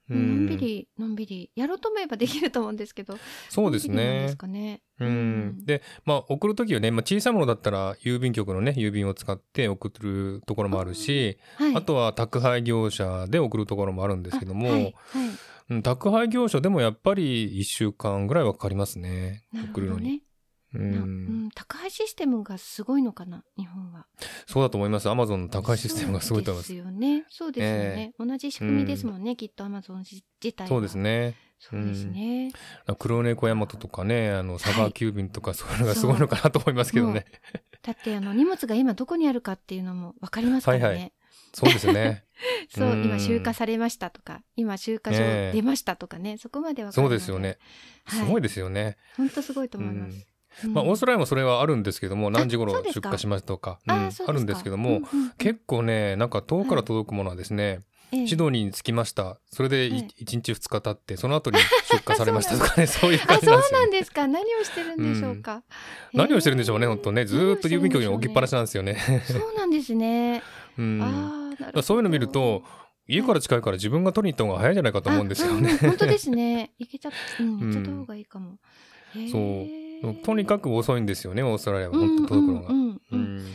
[SPEAKER 1] う
[SPEAKER 2] のんび
[SPEAKER 1] ん
[SPEAKER 2] りのんびりやろうと思えばできると思うんですけど。
[SPEAKER 1] そうです
[SPEAKER 2] のんびりなんで
[SPEAKER 1] ね
[SPEAKER 2] すかね。
[SPEAKER 1] うん、でまあ送る時はね、まあ、小さいものだったら郵便局のね郵便を使って送るところもあるし、
[SPEAKER 2] はい。
[SPEAKER 1] あとは宅配業者で送るところもあるんですけども、
[SPEAKER 2] あはいはい
[SPEAKER 1] うん宅配業者でもやっぱり1週間ぐらいはかかりますね
[SPEAKER 2] なる
[SPEAKER 1] 送
[SPEAKER 2] ほ
[SPEAKER 1] るの
[SPEAKER 2] ど
[SPEAKER 1] に、
[SPEAKER 2] ね。
[SPEAKER 1] う
[SPEAKER 2] なうんん、宅配システムがすごいのかな、日本は。
[SPEAKER 1] そうだと思いますアマゾンの宅配システムがすごいと思います
[SPEAKER 2] そうですよね。そうですよね。同じ仕組みですもんね、きっとアマゾン自体は。
[SPEAKER 1] そうです。ね
[SPEAKER 2] そうですね。
[SPEAKER 1] 黒猫ヤマトとかねあの
[SPEAKER 2] い
[SPEAKER 1] サバー急便とかそういうのがすごいのかなと思いますけどね
[SPEAKER 2] だってあの荷物が今どこにあるかっていうのもわかりますからね。
[SPEAKER 1] はいはそうです
[SPEAKER 2] *laughs*
[SPEAKER 1] ね
[SPEAKER 2] そう、
[SPEAKER 1] うん
[SPEAKER 2] 今集荷されましたとか、今集荷
[SPEAKER 1] ええ
[SPEAKER 2] 所出ましたとかね、そこまでわかる
[SPEAKER 1] そう
[SPEAKER 2] の
[SPEAKER 1] ですよね、すごいですよね、
[SPEAKER 2] 本当すごいと思います。うん
[SPEAKER 1] まあオーストラリアもそれはあるんですけども何時
[SPEAKER 2] あそ
[SPEAKER 1] 頃
[SPEAKER 2] うです
[SPEAKER 1] 出
[SPEAKER 2] か
[SPEAKER 1] 荷しますとか
[SPEAKER 2] あ
[SPEAKER 1] うん
[SPEAKER 2] ーそう
[SPEAKER 1] あるんですけども、
[SPEAKER 2] かうんうん
[SPEAKER 1] 結構ねなんか遠くから届くものはですね、
[SPEAKER 2] ええ
[SPEAKER 1] シドニーに着きましたそれで
[SPEAKER 2] はい
[SPEAKER 1] 1日2日経ってその後に出荷されましたとかねそういう
[SPEAKER 2] *laughs* あ、
[SPEAKER 1] 感じ
[SPEAKER 2] そ
[SPEAKER 1] なんで
[SPEAKER 2] う
[SPEAKER 1] す
[SPEAKER 2] な
[SPEAKER 1] よ、
[SPEAKER 2] ん
[SPEAKER 1] ね、
[SPEAKER 2] ですか。何をしてるんでしょうか。
[SPEAKER 1] 何をしてるんでしょうね本当ねずーっと郵便局に置きっぱなし
[SPEAKER 2] な
[SPEAKER 1] なんですよね、
[SPEAKER 2] そうなんですね。
[SPEAKER 1] うん、
[SPEAKER 2] ああ、なるほ
[SPEAKER 1] ら
[SPEAKER 2] ど。
[SPEAKER 1] そういうの見ると家から近いから自分が取りに行った方が早いんじゃないかと思うんですよね
[SPEAKER 2] あ。うんうん
[SPEAKER 1] *laughs*
[SPEAKER 2] 本当ですね。 *laughs* 行けちゃっ、うん、
[SPEAKER 1] うん
[SPEAKER 2] 行っちゃった方がいいかも。へえ
[SPEAKER 1] そうとにかく遅いんですよねオーストラリアは
[SPEAKER 2] うん
[SPEAKER 1] 本当届くのが
[SPEAKER 2] う。んうんうん
[SPEAKER 1] うん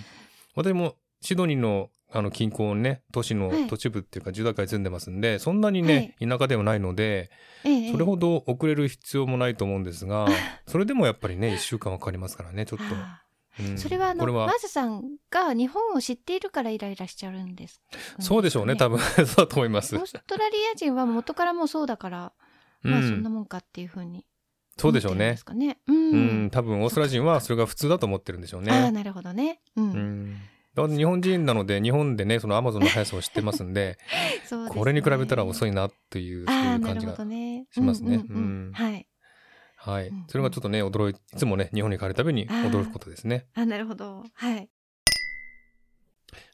[SPEAKER 1] 私もシドニーのあの近郊のね都市の
[SPEAKER 2] はい
[SPEAKER 1] 都市部っていうか住宅街に住んでますんで、そんなにね、田舎ではないので
[SPEAKER 2] ええ
[SPEAKER 1] それほど遅れる必要もないと思うんです
[SPEAKER 2] *laughs*
[SPEAKER 1] が、それでもやっぱりね1週間はかかりますからねちょっと、
[SPEAKER 2] あ
[SPEAKER 1] うん
[SPEAKER 2] ーそれはあの
[SPEAKER 1] これは
[SPEAKER 2] マーズさんが日本を知っているからイライラしちゃうんです
[SPEAKER 1] そうでしょうね多
[SPEAKER 2] 分
[SPEAKER 1] 分 *laughs* そうだと思います
[SPEAKER 2] オーストラリア人は元からもうそうだから、
[SPEAKER 1] う、
[SPEAKER 2] まあそんなんもんかっていうふうに
[SPEAKER 1] そうでしょう
[SPEAKER 2] 思ってるん
[SPEAKER 1] ね
[SPEAKER 2] すかねうん、
[SPEAKER 1] うん多分オーストラリア人はそれが普通だと思ってるんでしょう
[SPEAKER 2] ああ
[SPEAKER 1] ね
[SPEAKER 2] なるほどねうん、
[SPEAKER 1] うんだから日本人なので日本でねそのアマゾンの速さを知ってますんで
[SPEAKER 2] *laughs* そうですね
[SPEAKER 1] これに比べたら遅いなというそうい
[SPEAKER 2] ああ
[SPEAKER 1] う
[SPEAKER 2] な
[SPEAKER 1] 感
[SPEAKER 2] る
[SPEAKER 1] じ
[SPEAKER 2] ほ
[SPEAKER 1] が
[SPEAKER 2] どね
[SPEAKER 1] しますね
[SPEAKER 2] うんうんうん
[SPEAKER 1] うん
[SPEAKER 2] はい
[SPEAKER 1] はい
[SPEAKER 2] うん。
[SPEAKER 1] それがちょっとね、驚い、いつもね、日本に帰るたびに驚くことですね。
[SPEAKER 2] あなるほどはい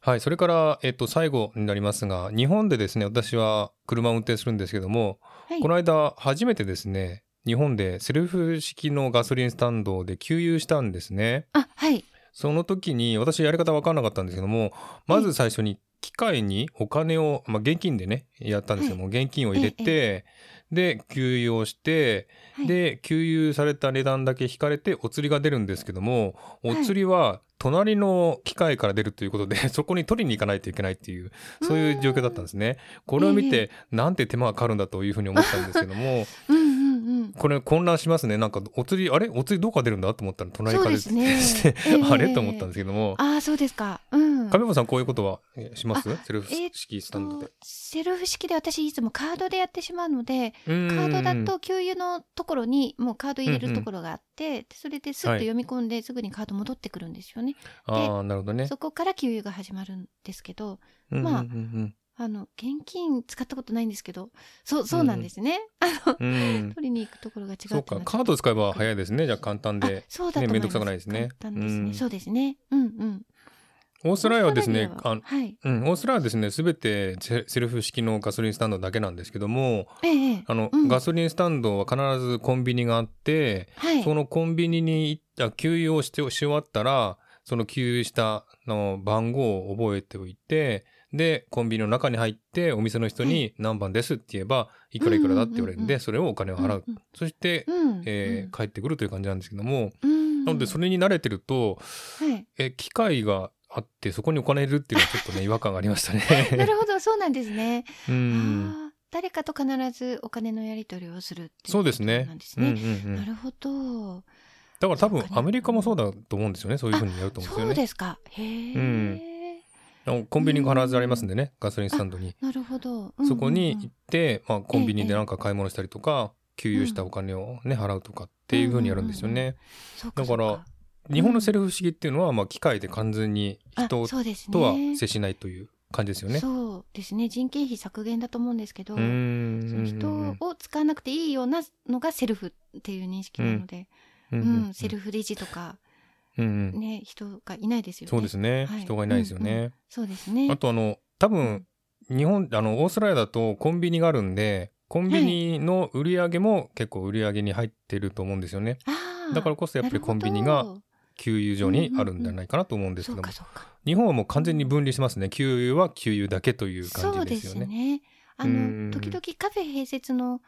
[SPEAKER 1] はい。それから、えっと、最後になりますが、日本でですね、私は車を運転するんですけども、
[SPEAKER 2] はい
[SPEAKER 1] この間、初めてですね、日本でセルフ式のガソリンスタンドで給油したんですね。
[SPEAKER 2] あはい
[SPEAKER 1] その時に、私やり方わかんなかったんですけども、まず最初に機械にお金を、まあ、現金でね、やったんですけども、現金を入れて、で、給油をして、
[SPEAKER 2] はい
[SPEAKER 1] で給油された値段だけ引かれてお釣りが出るんですけどもお
[SPEAKER 2] はい
[SPEAKER 1] 釣りは隣の機械から出るということで、 *laughs* そこに取りに行かないといけないっていうそういう状況だったんですね。これを見て、なんて手間がかかるんだというふうに思ったんですけど
[SPEAKER 2] *laughs*
[SPEAKER 1] も
[SPEAKER 2] うんうんうん
[SPEAKER 1] これ混乱しますねなんかお釣りあれお釣りどこから出るんだと思ったら隣から出て
[SPEAKER 2] そうです
[SPEAKER 1] *laughs* して
[SPEAKER 2] ね
[SPEAKER 1] あ
[SPEAKER 2] え
[SPEAKER 1] れ
[SPEAKER 2] え
[SPEAKER 1] と思ったんですけども
[SPEAKER 2] ああそうですかうん
[SPEAKER 1] 亀本さんこういうことはえします
[SPEAKER 2] あ
[SPEAKER 1] セルフ
[SPEAKER 2] えっ
[SPEAKER 1] 式スタンドで。
[SPEAKER 2] セルフ式で私いつもカードでやってしまうので、
[SPEAKER 1] カ
[SPEAKER 2] カードだ
[SPEAKER 1] うん
[SPEAKER 2] と給油のところにもうカード入れ
[SPEAKER 1] うんう
[SPEAKER 2] る
[SPEAKER 1] ん
[SPEAKER 2] ところがあって、でそれですっと
[SPEAKER 1] はい
[SPEAKER 2] 読み込んですぐにカード戻ってくるんですよね、
[SPEAKER 1] ああなるほどね。
[SPEAKER 2] そこから給油が始まるんですけどまあ
[SPEAKER 1] うんうん
[SPEAKER 2] あの現金使ったことないんですけどそうそうなんですね、
[SPEAKER 1] うんうんう
[SPEAKER 2] *laughs*
[SPEAKER 1] ん
[SPEAKER 2] 取りに行くところが違うって
[SPEAKER 1] そうか
[SPEAKER 2] なっちゃ
[SPEAKER 1] カード使えば早いですねじゃあ簡単
[SPEAKER 2] あ
[SPEAKER 1] で
[SPEAKER 2] そうだと思いま
[SPEAKER 1] ねめ
[SPEAKER 2] す、
[SPEAKER 1] んどくさくないですね
[SPEAKER 2] 簡単ですね、
[SPEAKER 1] うん
[SPEAKER 2] そうですねうんうん
[SPEAKER 1] オーストラリアはですね
[SPEAKER 2] オーストラ
[SPEAKER 1] あ
[SPEAKER 2] リアははい
[SPEAKER 1] うん、オーストラリアはですね全てセセルフ式のガソリンスタンドだけなんですけども
[SPEAKER 2] ええええ
[SPEAKER 1] あの、
[SPEAKER 2] うん
[SPEAKER 1] ガソリンスタンドは必ずコンビニがあって、
[SPEAKER 2] はい
[SPEAKER 1] そのコンビニに行った給油をしてし終わったらその給油したあの番号を覚えておいてでコンビニの中に入ってお店の人に「何番です」って言えば「いくらいくらだ」って言われるん
[SPEAKER 2] うんうんうん
[SPEAKER 1] で
[SPEAKER 2] う
[SPEAKER 1] それをお金を払う、
[SPEAKER 2] うん
[SPEAKER 1] そして、
[SPEAKER 2] うん
[SPEAKER 1] えー帰ってくるという感じなんですけども、
[SPEAKER 2] うん
[SPEAKER 1] なのでそれに慣れてると *laughs*
[SPEAKER 2] はい
[SPEAKER 1] え機械があってそこにお金入れるっていうのはちょっとね違和感がありました
[SPEAKER 2] *laughs* な
[SPEAKER 1] ね。
[SPEAKER 2] るほどそうなんですね
[SPEAKER 1] うん、
[SPEAKER 2] あー誰かと必ずお金のやり取りをするってい
[SPEAKER 1] そうですね
[SPEAKER 2] ことなんです
[SPEAKER 1] うんうんう、
[SPEAKER 2] ね。なんるほど、
[SPEAKER 1] だから多分
[SPEAKER 2] そうかな
[SPEAKER 1] アメリカもそうだと思うんですよねそういうふうにやると思うん
[SPEAKER 2] そ
[SPEAKER 1] ですよね。
[SPEAKER 2] うですか。へえ、
[SPEAKER 1] うんあのコンビニが必ずありますんでねガソリンスタンドに。
[SPEAKER 2] なるほど。
[SPEAKER 1] そこに行って、まあ、コンビニ
[SPEAKER 2] ええ
[SPEAKER 1] でなんか買い物したりとか、給油したお金をね払うとかっていうふうにやるんですよね。
[SPEAKER 2] だ
[SPEAKER 1] だ
[SPEAKER 2] か
[SPEAKER 1] から
[SPEAKER 2] らうん
[SPEAKER 1] 日本のセルフ式っていうのは、まあ、機械で完全に人
[SPEAKER 2] そうですね。
[SPEAKER 1] とは接しないという感じですよね。
[SPEAKER 2] そうですね。人件費削減だと思うんですけど、
[SPEAKER 1] う
[SPEAKER 2] そ
[SPEAKER 1] ん
[SPEAKER 2] の人を使わなくていいようなのがセルフっていう認識なので、
[SPEAKER 1] う
[SPEAKER 2] うんん、
[SPEAKER 1] うん
[SPEAKER 2] セルフレジとか
[SPEAKER 1] うんうん
[SPEAKER 2] ね、人がいないですよね。
[SPEAKER 1] そうですね、
[SPEAKER 2] はい
[SPEAKER 1] 人がいないですよね。
[SPEAKER 2] うんそうですね。
[SPEAKER 1] あとあの多分日本あのオーストラリアだとコンビニがあるんでコンビニの売り上げも結構売り上げに入ってると思うんですよね。
[SPEAKER 2] あー
[SPEAKER 1] だからこそやっぱりコンビニ
[SPEAKER 2] な
[SPEAKER 1] が
[SPEAKER 2] るほど
[SPEAKER 1] 給油所にあるんじゃないかなと思うんです
[SPEAKER 2] そ
[SPEAKER 1] けども
[SPEAKER 2] うか、そうか。
[SPEAKER 1] 日本はもう完全に分離してますね。給油は給油だけという
[SPEAKER 2] そ
[SPEAKER 1] 感
[SPEAKER 2] う
[SPEAKER 1] じ
[SPEAKER 2] で
[SPEAKER 1] ですよ
[SPEAKER 2] す
[SPEAKER 1] ね。
[SPEAKER 2] ね。あ
[SPEAKER 1] うん
[SPEAKER 2] の時々カフェ併設の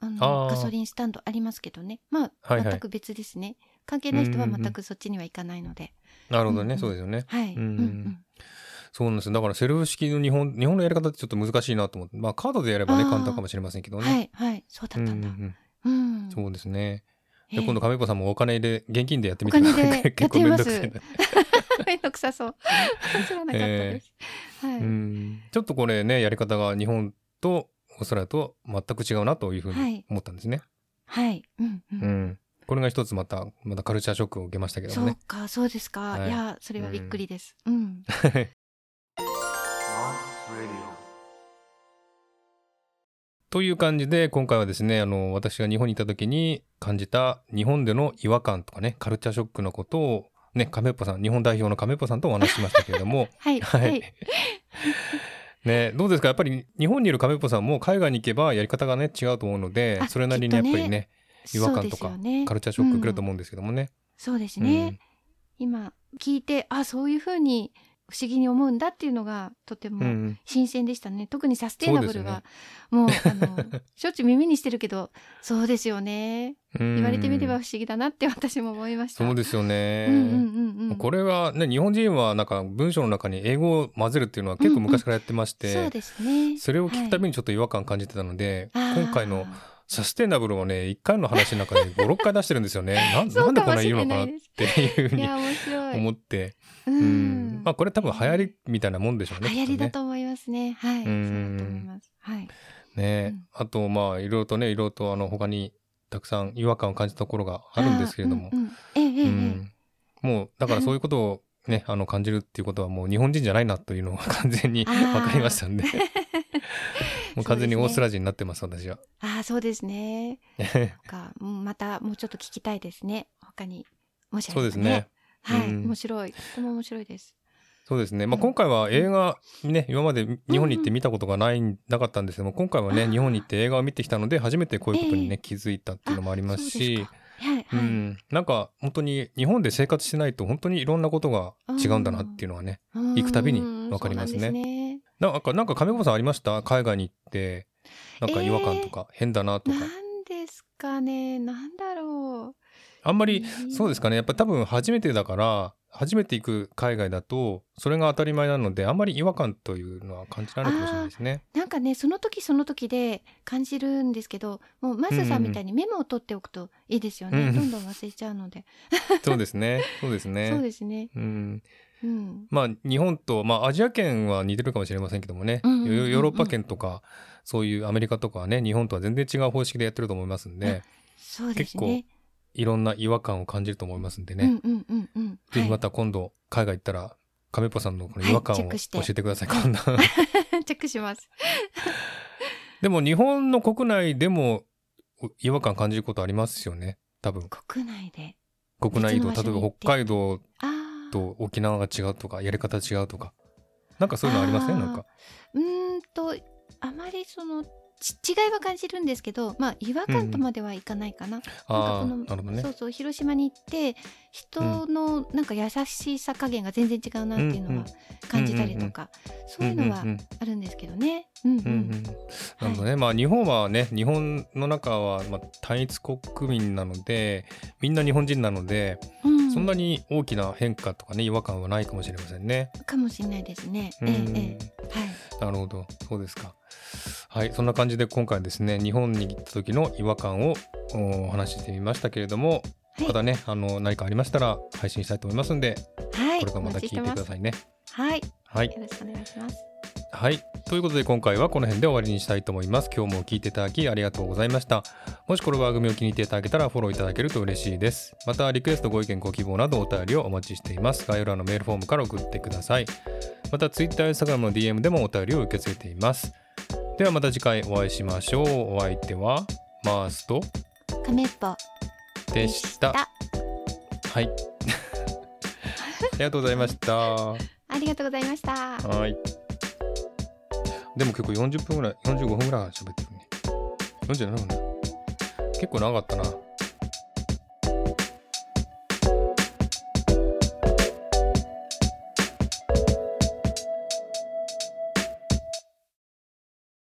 [SPEAKER 2] あの
[SPEAKER 1] あー
[SPEAKER 2] ガソリンスタンドありますけどね、まあ、
[SPEAKER 1] はいはい
[SPEAKER 2] 全く別ですね。関係ない人は
[SPEAKER 1] うんうんうん
[SPEAKER 2] 全くそっちには行かないので、
[SPEAKER 1] なるほどね、
[SPEAKER 2] うん
[SPEAKER 1] そうですよね。
[SPEAKER 2] はい。
[SPEAKER 1] う
[SPEAKER 2] うんん
[SPEAKER 1] う
[SPEAKER 2] うんん。
[SPEAKER 1] そうなんですよ。だからセルフ式の日本日本のやり方ってちょっと難しいなと思って、まあカードでやればね
[SPEAKER 2] あー
[SPEAKER 1] 簡単かもしれませんけどね。
[SPEAKER 2] はいはい、そうだ
[SPEAKER 1] う
[SPEAKER 2] っ
[SPEAKER 1] んう
[SPEAKER 2] た
[SPEAKER 1] ん
[SPEAKER 2] ん
[SPEAKER 1] う
[SPEAKER 2] だ。
[SPEAKER 1] ん、
[SPEAKER 2] うん。
[SPEAKER 1] そうですね。
[SPEAKER 2] え
[SPEAKER 1] で
[SPEAKER 2] え
[SPEAKER 1] 今度亀子さんもお金で現金でやってみてください
[SPEAKER 2] お金で
[SPEAKER 1] *laughs* 結構めんどくさ
[SPEAKER 2] やっ
[SPEAKER 1] い
[SPEAKER 2] てみ
[SPEAKER 1] な。
[SPEAKER 2] *laughs* めんどくさそう。知らなかったです。はい。
[SPEAKER 1] うんちょっとこれねやり方が日本とオーストラリアと全く違うなというふう
[SPEAKER 2] は
[SPEAKER 1] に
[SPEAKER 2] い
[SPEAKER 1] 思ったんですね。
[SPEAKER 2] はい。うんうん。
[SPEAKER 1] うん、これが一つまたまたカルチャーショックを受けましたけど
[SPEAKER 2] そ
[SPEAKER 1] も
[SPEAKER 2] う
[SPEAKER 1] ね。
[SPEAKER 2] か、そうですか。
[SPEAKER 1] はい
[SPEAKER 2] い、や、それはびっくりです。うん。
[SPEAKER 1] という感じで今回はですねあの私が日本にいた時に感じた日本での違和感とかねカルチャーショックのことをね亀っぽさん日本代表の亀っぽさんとお話ししましたけれども
[SPEAKER 2] はい。
[SPEAKER 1] は
[SPEAKER 2] はいい。
[SPEAKER 1] ねどうですかやっぱり日本にいる亀っぽさんも海外に行けばやり方がね違うと思うので
[SPEAKER 2] あ
[SPEAKER 1] それなりにやっぱ
[SPEAKER 2] きっ
[SPEAKER 1] り
[SPEAKER 2] と
[SPEAKER 1] ね違和
[SPEAKER 2] そう
[SPEAKER 1] 感
[SPEAKER 2] で
[SPEAKER 1] と
[SPEAKER 2] す
[SPEAKER 1] か
[SPEAKER 2] よね
[SPEAKER 1] カ。ルチャーショック受けると思うんですけどもね。
[SPEAKER 2] そうです
[SPEAKER 1] うん
[SPEAKER 2] ね。今聞いてあそういうふうに不思議に思うんだっていうのがとて
[SPEAKER 1] う
[SPEAKER 2] も
[SPEAKER 1] ん、
[SPEAKER 2] 新鮮でしたね。特にサステイナブルは、もう、あの、しょっちゅう耳にしてるけど、そうですよね。
[SPEAKER 1] 言
[SPEAKER 2] 言われてみれば不思議だなって私も思いました。
[SPEAKER 1] そうですよね、
[SPEAKER 2] うんうんうんうん。
[SPEAKER 1] これはね日本人はなんか文章の中に英語を混ぜるっていうのは結構昔からやってまして、
[SPEAKER 2] そうですね。
[SPEAKER 1] それを聞くたびにちょっと違和感感じてたので、
[SPEAKER 2] はい
[SPEAKER 1] 今回の
[SPEAKER 2] あー
[SPEAKER 1] サステナブルをね1回の話の中で56回出してるんですよねなん
[SPEAKER 2] *laughs* そ
[SPEAKER 1] な
[SPEAKER 2] うん
[SPEAKER 1] で
[SPEAKER 2] か
[SPEAKER 1] こん
[SPEAKER 2] も
[SPEAKER 1] な
[SPEAKER 2] し
[SPEAKER 1] に言
[SPEAKER 2] れ
[SPEAKER 1] うの
[SPEAKER 2] な
[SPEAKER 1] かな
[SPEAKER 2] い
[SPEAKER 1] っ
[SPEAKER 2] です。
[SPEAKER 1] ていうふう
[SPEAKER 2] い
[SPEAKER 1] に
[SPEAKER 2] や、面白
[SPEAKER 1] 思
[SPEAKER 2] い。
[SPEAKER 1] って、
[SPEAKER 2] う
[SPEAKER 1] うん
[SPEAKER 2] ん。
[SPEAKER 1] まあこれ多分流行りみたいなもんでしょうね
[SPEAKER 2] 流行りだ
[SPEAKER 1] きっ
[SPEAKER 2] と思いますね。はい。
[SPEAKER 1] う
[SPEAKER 2] そ
[SPEAKER 1] ん
[SPEAKER 2] うだと思います。はい。
[SPEAKER 1] とねね
[SPEAKER 2] うん
[SPEAKER 1] あとまあいろいろとねいろいろとあの他にたくさん違和感を感じたところがあるんですけれども
[SPEAKER 2] あー。う、んうんええええ
[SPEAKER 1] う
[SPEAKER 2] ええ。
[SPEAKER 1] んもうだからそういうことをねあの感じるっていうことはもう日本人じゃないなというのが *laughs* 完全に
[SPEAKER 2] あ
[SPEAKER 1] 分
[SPEAKER 2] ー
[SPEAKER 1] かりました
[SPEAKER 2] *laughs*
[SPEAKER 1] んでもう完全にオーストラリアになってます私
[SPEAKER 2] *laughs*
[SPEAKER 1] は。
[SPEAKER 2] ああ、そうですね。なんか、うんまたもうちょっと聞きたいですね。他に。もしあ
[SPEAKER 1] そう
[SPEAKER 2] れ
[SPEAKER 1] です
[SPEAKER 2] ば
[SPEAKER 1] ね
[SPEAKER 2] ね。。はい。
[SPEAKER 1] うん
[SPEAKER 2] 面白い。とても面白いです。
[SPEAKER 1] そうですね。まあ
[SPEAKER 2] うん
[SPEAKER 1] 今回は映画ね今まで日本に行って見たことがないなかったんですけども今回は
[SPEAKER 2] あ
[SPEAKER 1] ね
[SPEAKER 2] ー
[SPEAKER 1] 日本に行って映画を見てきたので初めてこういうことに
[SPEAKER 2] ええ
[SPEAKER 1] ね気づいたっていうのもありますし。
[SPEAKER 2] あそうですか
[SPEAKER 1] う
[SPEAKER 2] はいはい。
[SPEAKER 1] ん、なんか本当に日本で生活してないと本当にいろんなことが違うんだなっていうのはね、
[SPEAKER 2] うん
[SPEAKER 1] 行くたびにわかりますね
[SPEAKER 2] そうなんですね
[SPEAKER 1] なんかなんか亀子さんありました海外に行ってなんか違和感とか変だなとか、
[SPEAKER 2] なんですかね。なんだろう。。
[SPEAKER 1] あんまりそうですすかねやっぱ多分初めてだから初めて行く海外だとそれが当たり前なのであんまり違和感というのは感じられないかもしれないですね。
[SPEAKER 2] なんかね、その時その時で感じるんですけど、もうマサさんみたいにメモを取っておくといいですよね。
[SPEAKER 1] うん
[SPEAKER 2] どんどん忘れちゃうので。
[SPEAKER 1] そうですねそうです *laughs* ね。
[SPEAKER 2] そうですね。
[SPEAKER 1] うん、
[SPEAKER 2] うん。
[SPEAKER 1] まあ日本と、まあ、アジア圏は似てるかもしれませんけどもね、
[SPEAKER 2] うんうんうんうん
[SPEAKER 1] ヨヨーロッパ圏とかそういうアメリカとかはね日本とは全然違う方式でやってると思いますんで
[SPEAKER 2] そうですね。
[SPEAKER 1] いろんな違和感を感じると思いますんでね、
[SPEAKER 2] うんうんうんうん。
[SPEAKER 1] ぜひ
[SPEAKER 2] は
[SPEAKER 1] ま
[SPEAKER 2] い
[SPEAKER 1] た今度海外行ったら亀子さんのこの違和感
[SPEAKER 2] はいチェ
[SPEAKER 1] を教
[SPEAKER 2] ックして
[SPEAKER 1] えてください、こん
[SPEAKER 2] *laughs*
[SPEAKER 1] な
[SPEAKER 2] チェックします。
[SPEAKER 1] でも日本の国内でも違和感感じることありますよね多分
[SPEAKER 2] 国内で。
[SPEAKER 1] 国内移動
[SPEAKER 2] 別の場所
[SPEAKER 1] 例え
[SPEAKER 2] に行
[SPEAKER 1] ば
[SPEAKER 2] って
[SPEAKER 1] 北海道
[SPEAKER 2] ああ。
[SPEAKER 1] と沖縄が違うとかやり方違うとかなんかそういうのありません
[SPEAKER 2] あー
[SPEAKER 1] なんか
[SPEAKER 2] うーんと、あまりその、ち違いは感じるんですけど、まあ、違和感とまではいかないかな。
[SPEAKER 1] ああ
[SPEAKER 2] な
[SPEAKER 1] ー
[SPEAKER 2] んか
[SPEAKER 1] な
[SPEAKER 2] こ
[SPEAKER 1] るほど
[SPEAKER 2] の、
[SPEAKER 1] ね
[SPEAKER 2] そうそう広島に行って人のなんか優しさ加減が全然違うなってい
[SPEAKER 1] う
[SPEAKER 2] う
[SPEAKER 1] んう
[SPEAKER 2] の
[SPEAKER 1] ん
[SPEAKER 2] は感じたりとか、そういうのは
[SPEAKER 1] んんん
[SPEAKER 2] あるんですけどね。うんうん
[SPEAKER 1] うんうんなるほどね、まあ日本はね日本の中はまあ単一国民なのでみんな日本人なので、
[SPEAKER 2] うん
[SPEAKER 1] そんなに大きな変化とかね違和感はないかもしれませんね。
[SPEAKER 2] かもしれないですね。
[SPEAKER 1] う
[SPEAKER 2] え
[SPEAKER 1] ん
[SPEAKER 2] えええはい。
[SPEAKER 1] なるほどそうですか。はいそんな感じで今回ですね日本に行った時の違和感をおお話ししてみましたけれども、
[SPEAKER 2] はい
[SPEAKER 1] またねあの何かありましたら配信したいと思いますんで、
[SPEAKER 2] はい。
[SPEAKER 1] これからまた聞いてくだ
[SPEAKER 2] ます。
[SPEAKER 1] さいね。
[SPEAKER 2] はい。
[SPEAKER 1] はい
[SPEAKER 2] よろしくお願いします。
[SPEAKER 1] はい。ということで今回はこの辺で終わりにしたいと思います。今日も聞いていただきありがとうございました。もしこの番組を気に入っていただけたらフォローいただけると嬉しいです。またリクエストご意見ご希望などお便りをお待ちしています。概要欄のメールフォームから送ってください。また Twitter、Instagram の DM でもお便りを受け付けています。ではまた次回お会いしましょう。お相手はマースト
[SPEAKER 2] 亀っぽ
[SPEAKER 1] でした。
[SPEAKER 2] で
[SPEAKER 1] はい。 *laughs* ありがとうございました。は
[SPEAKER 2] ありがとうございました。
[SPEAKER 1] い。でも結構40分ぐらい、45分ぐらい喋ってるね。47分だ。結構長かったな。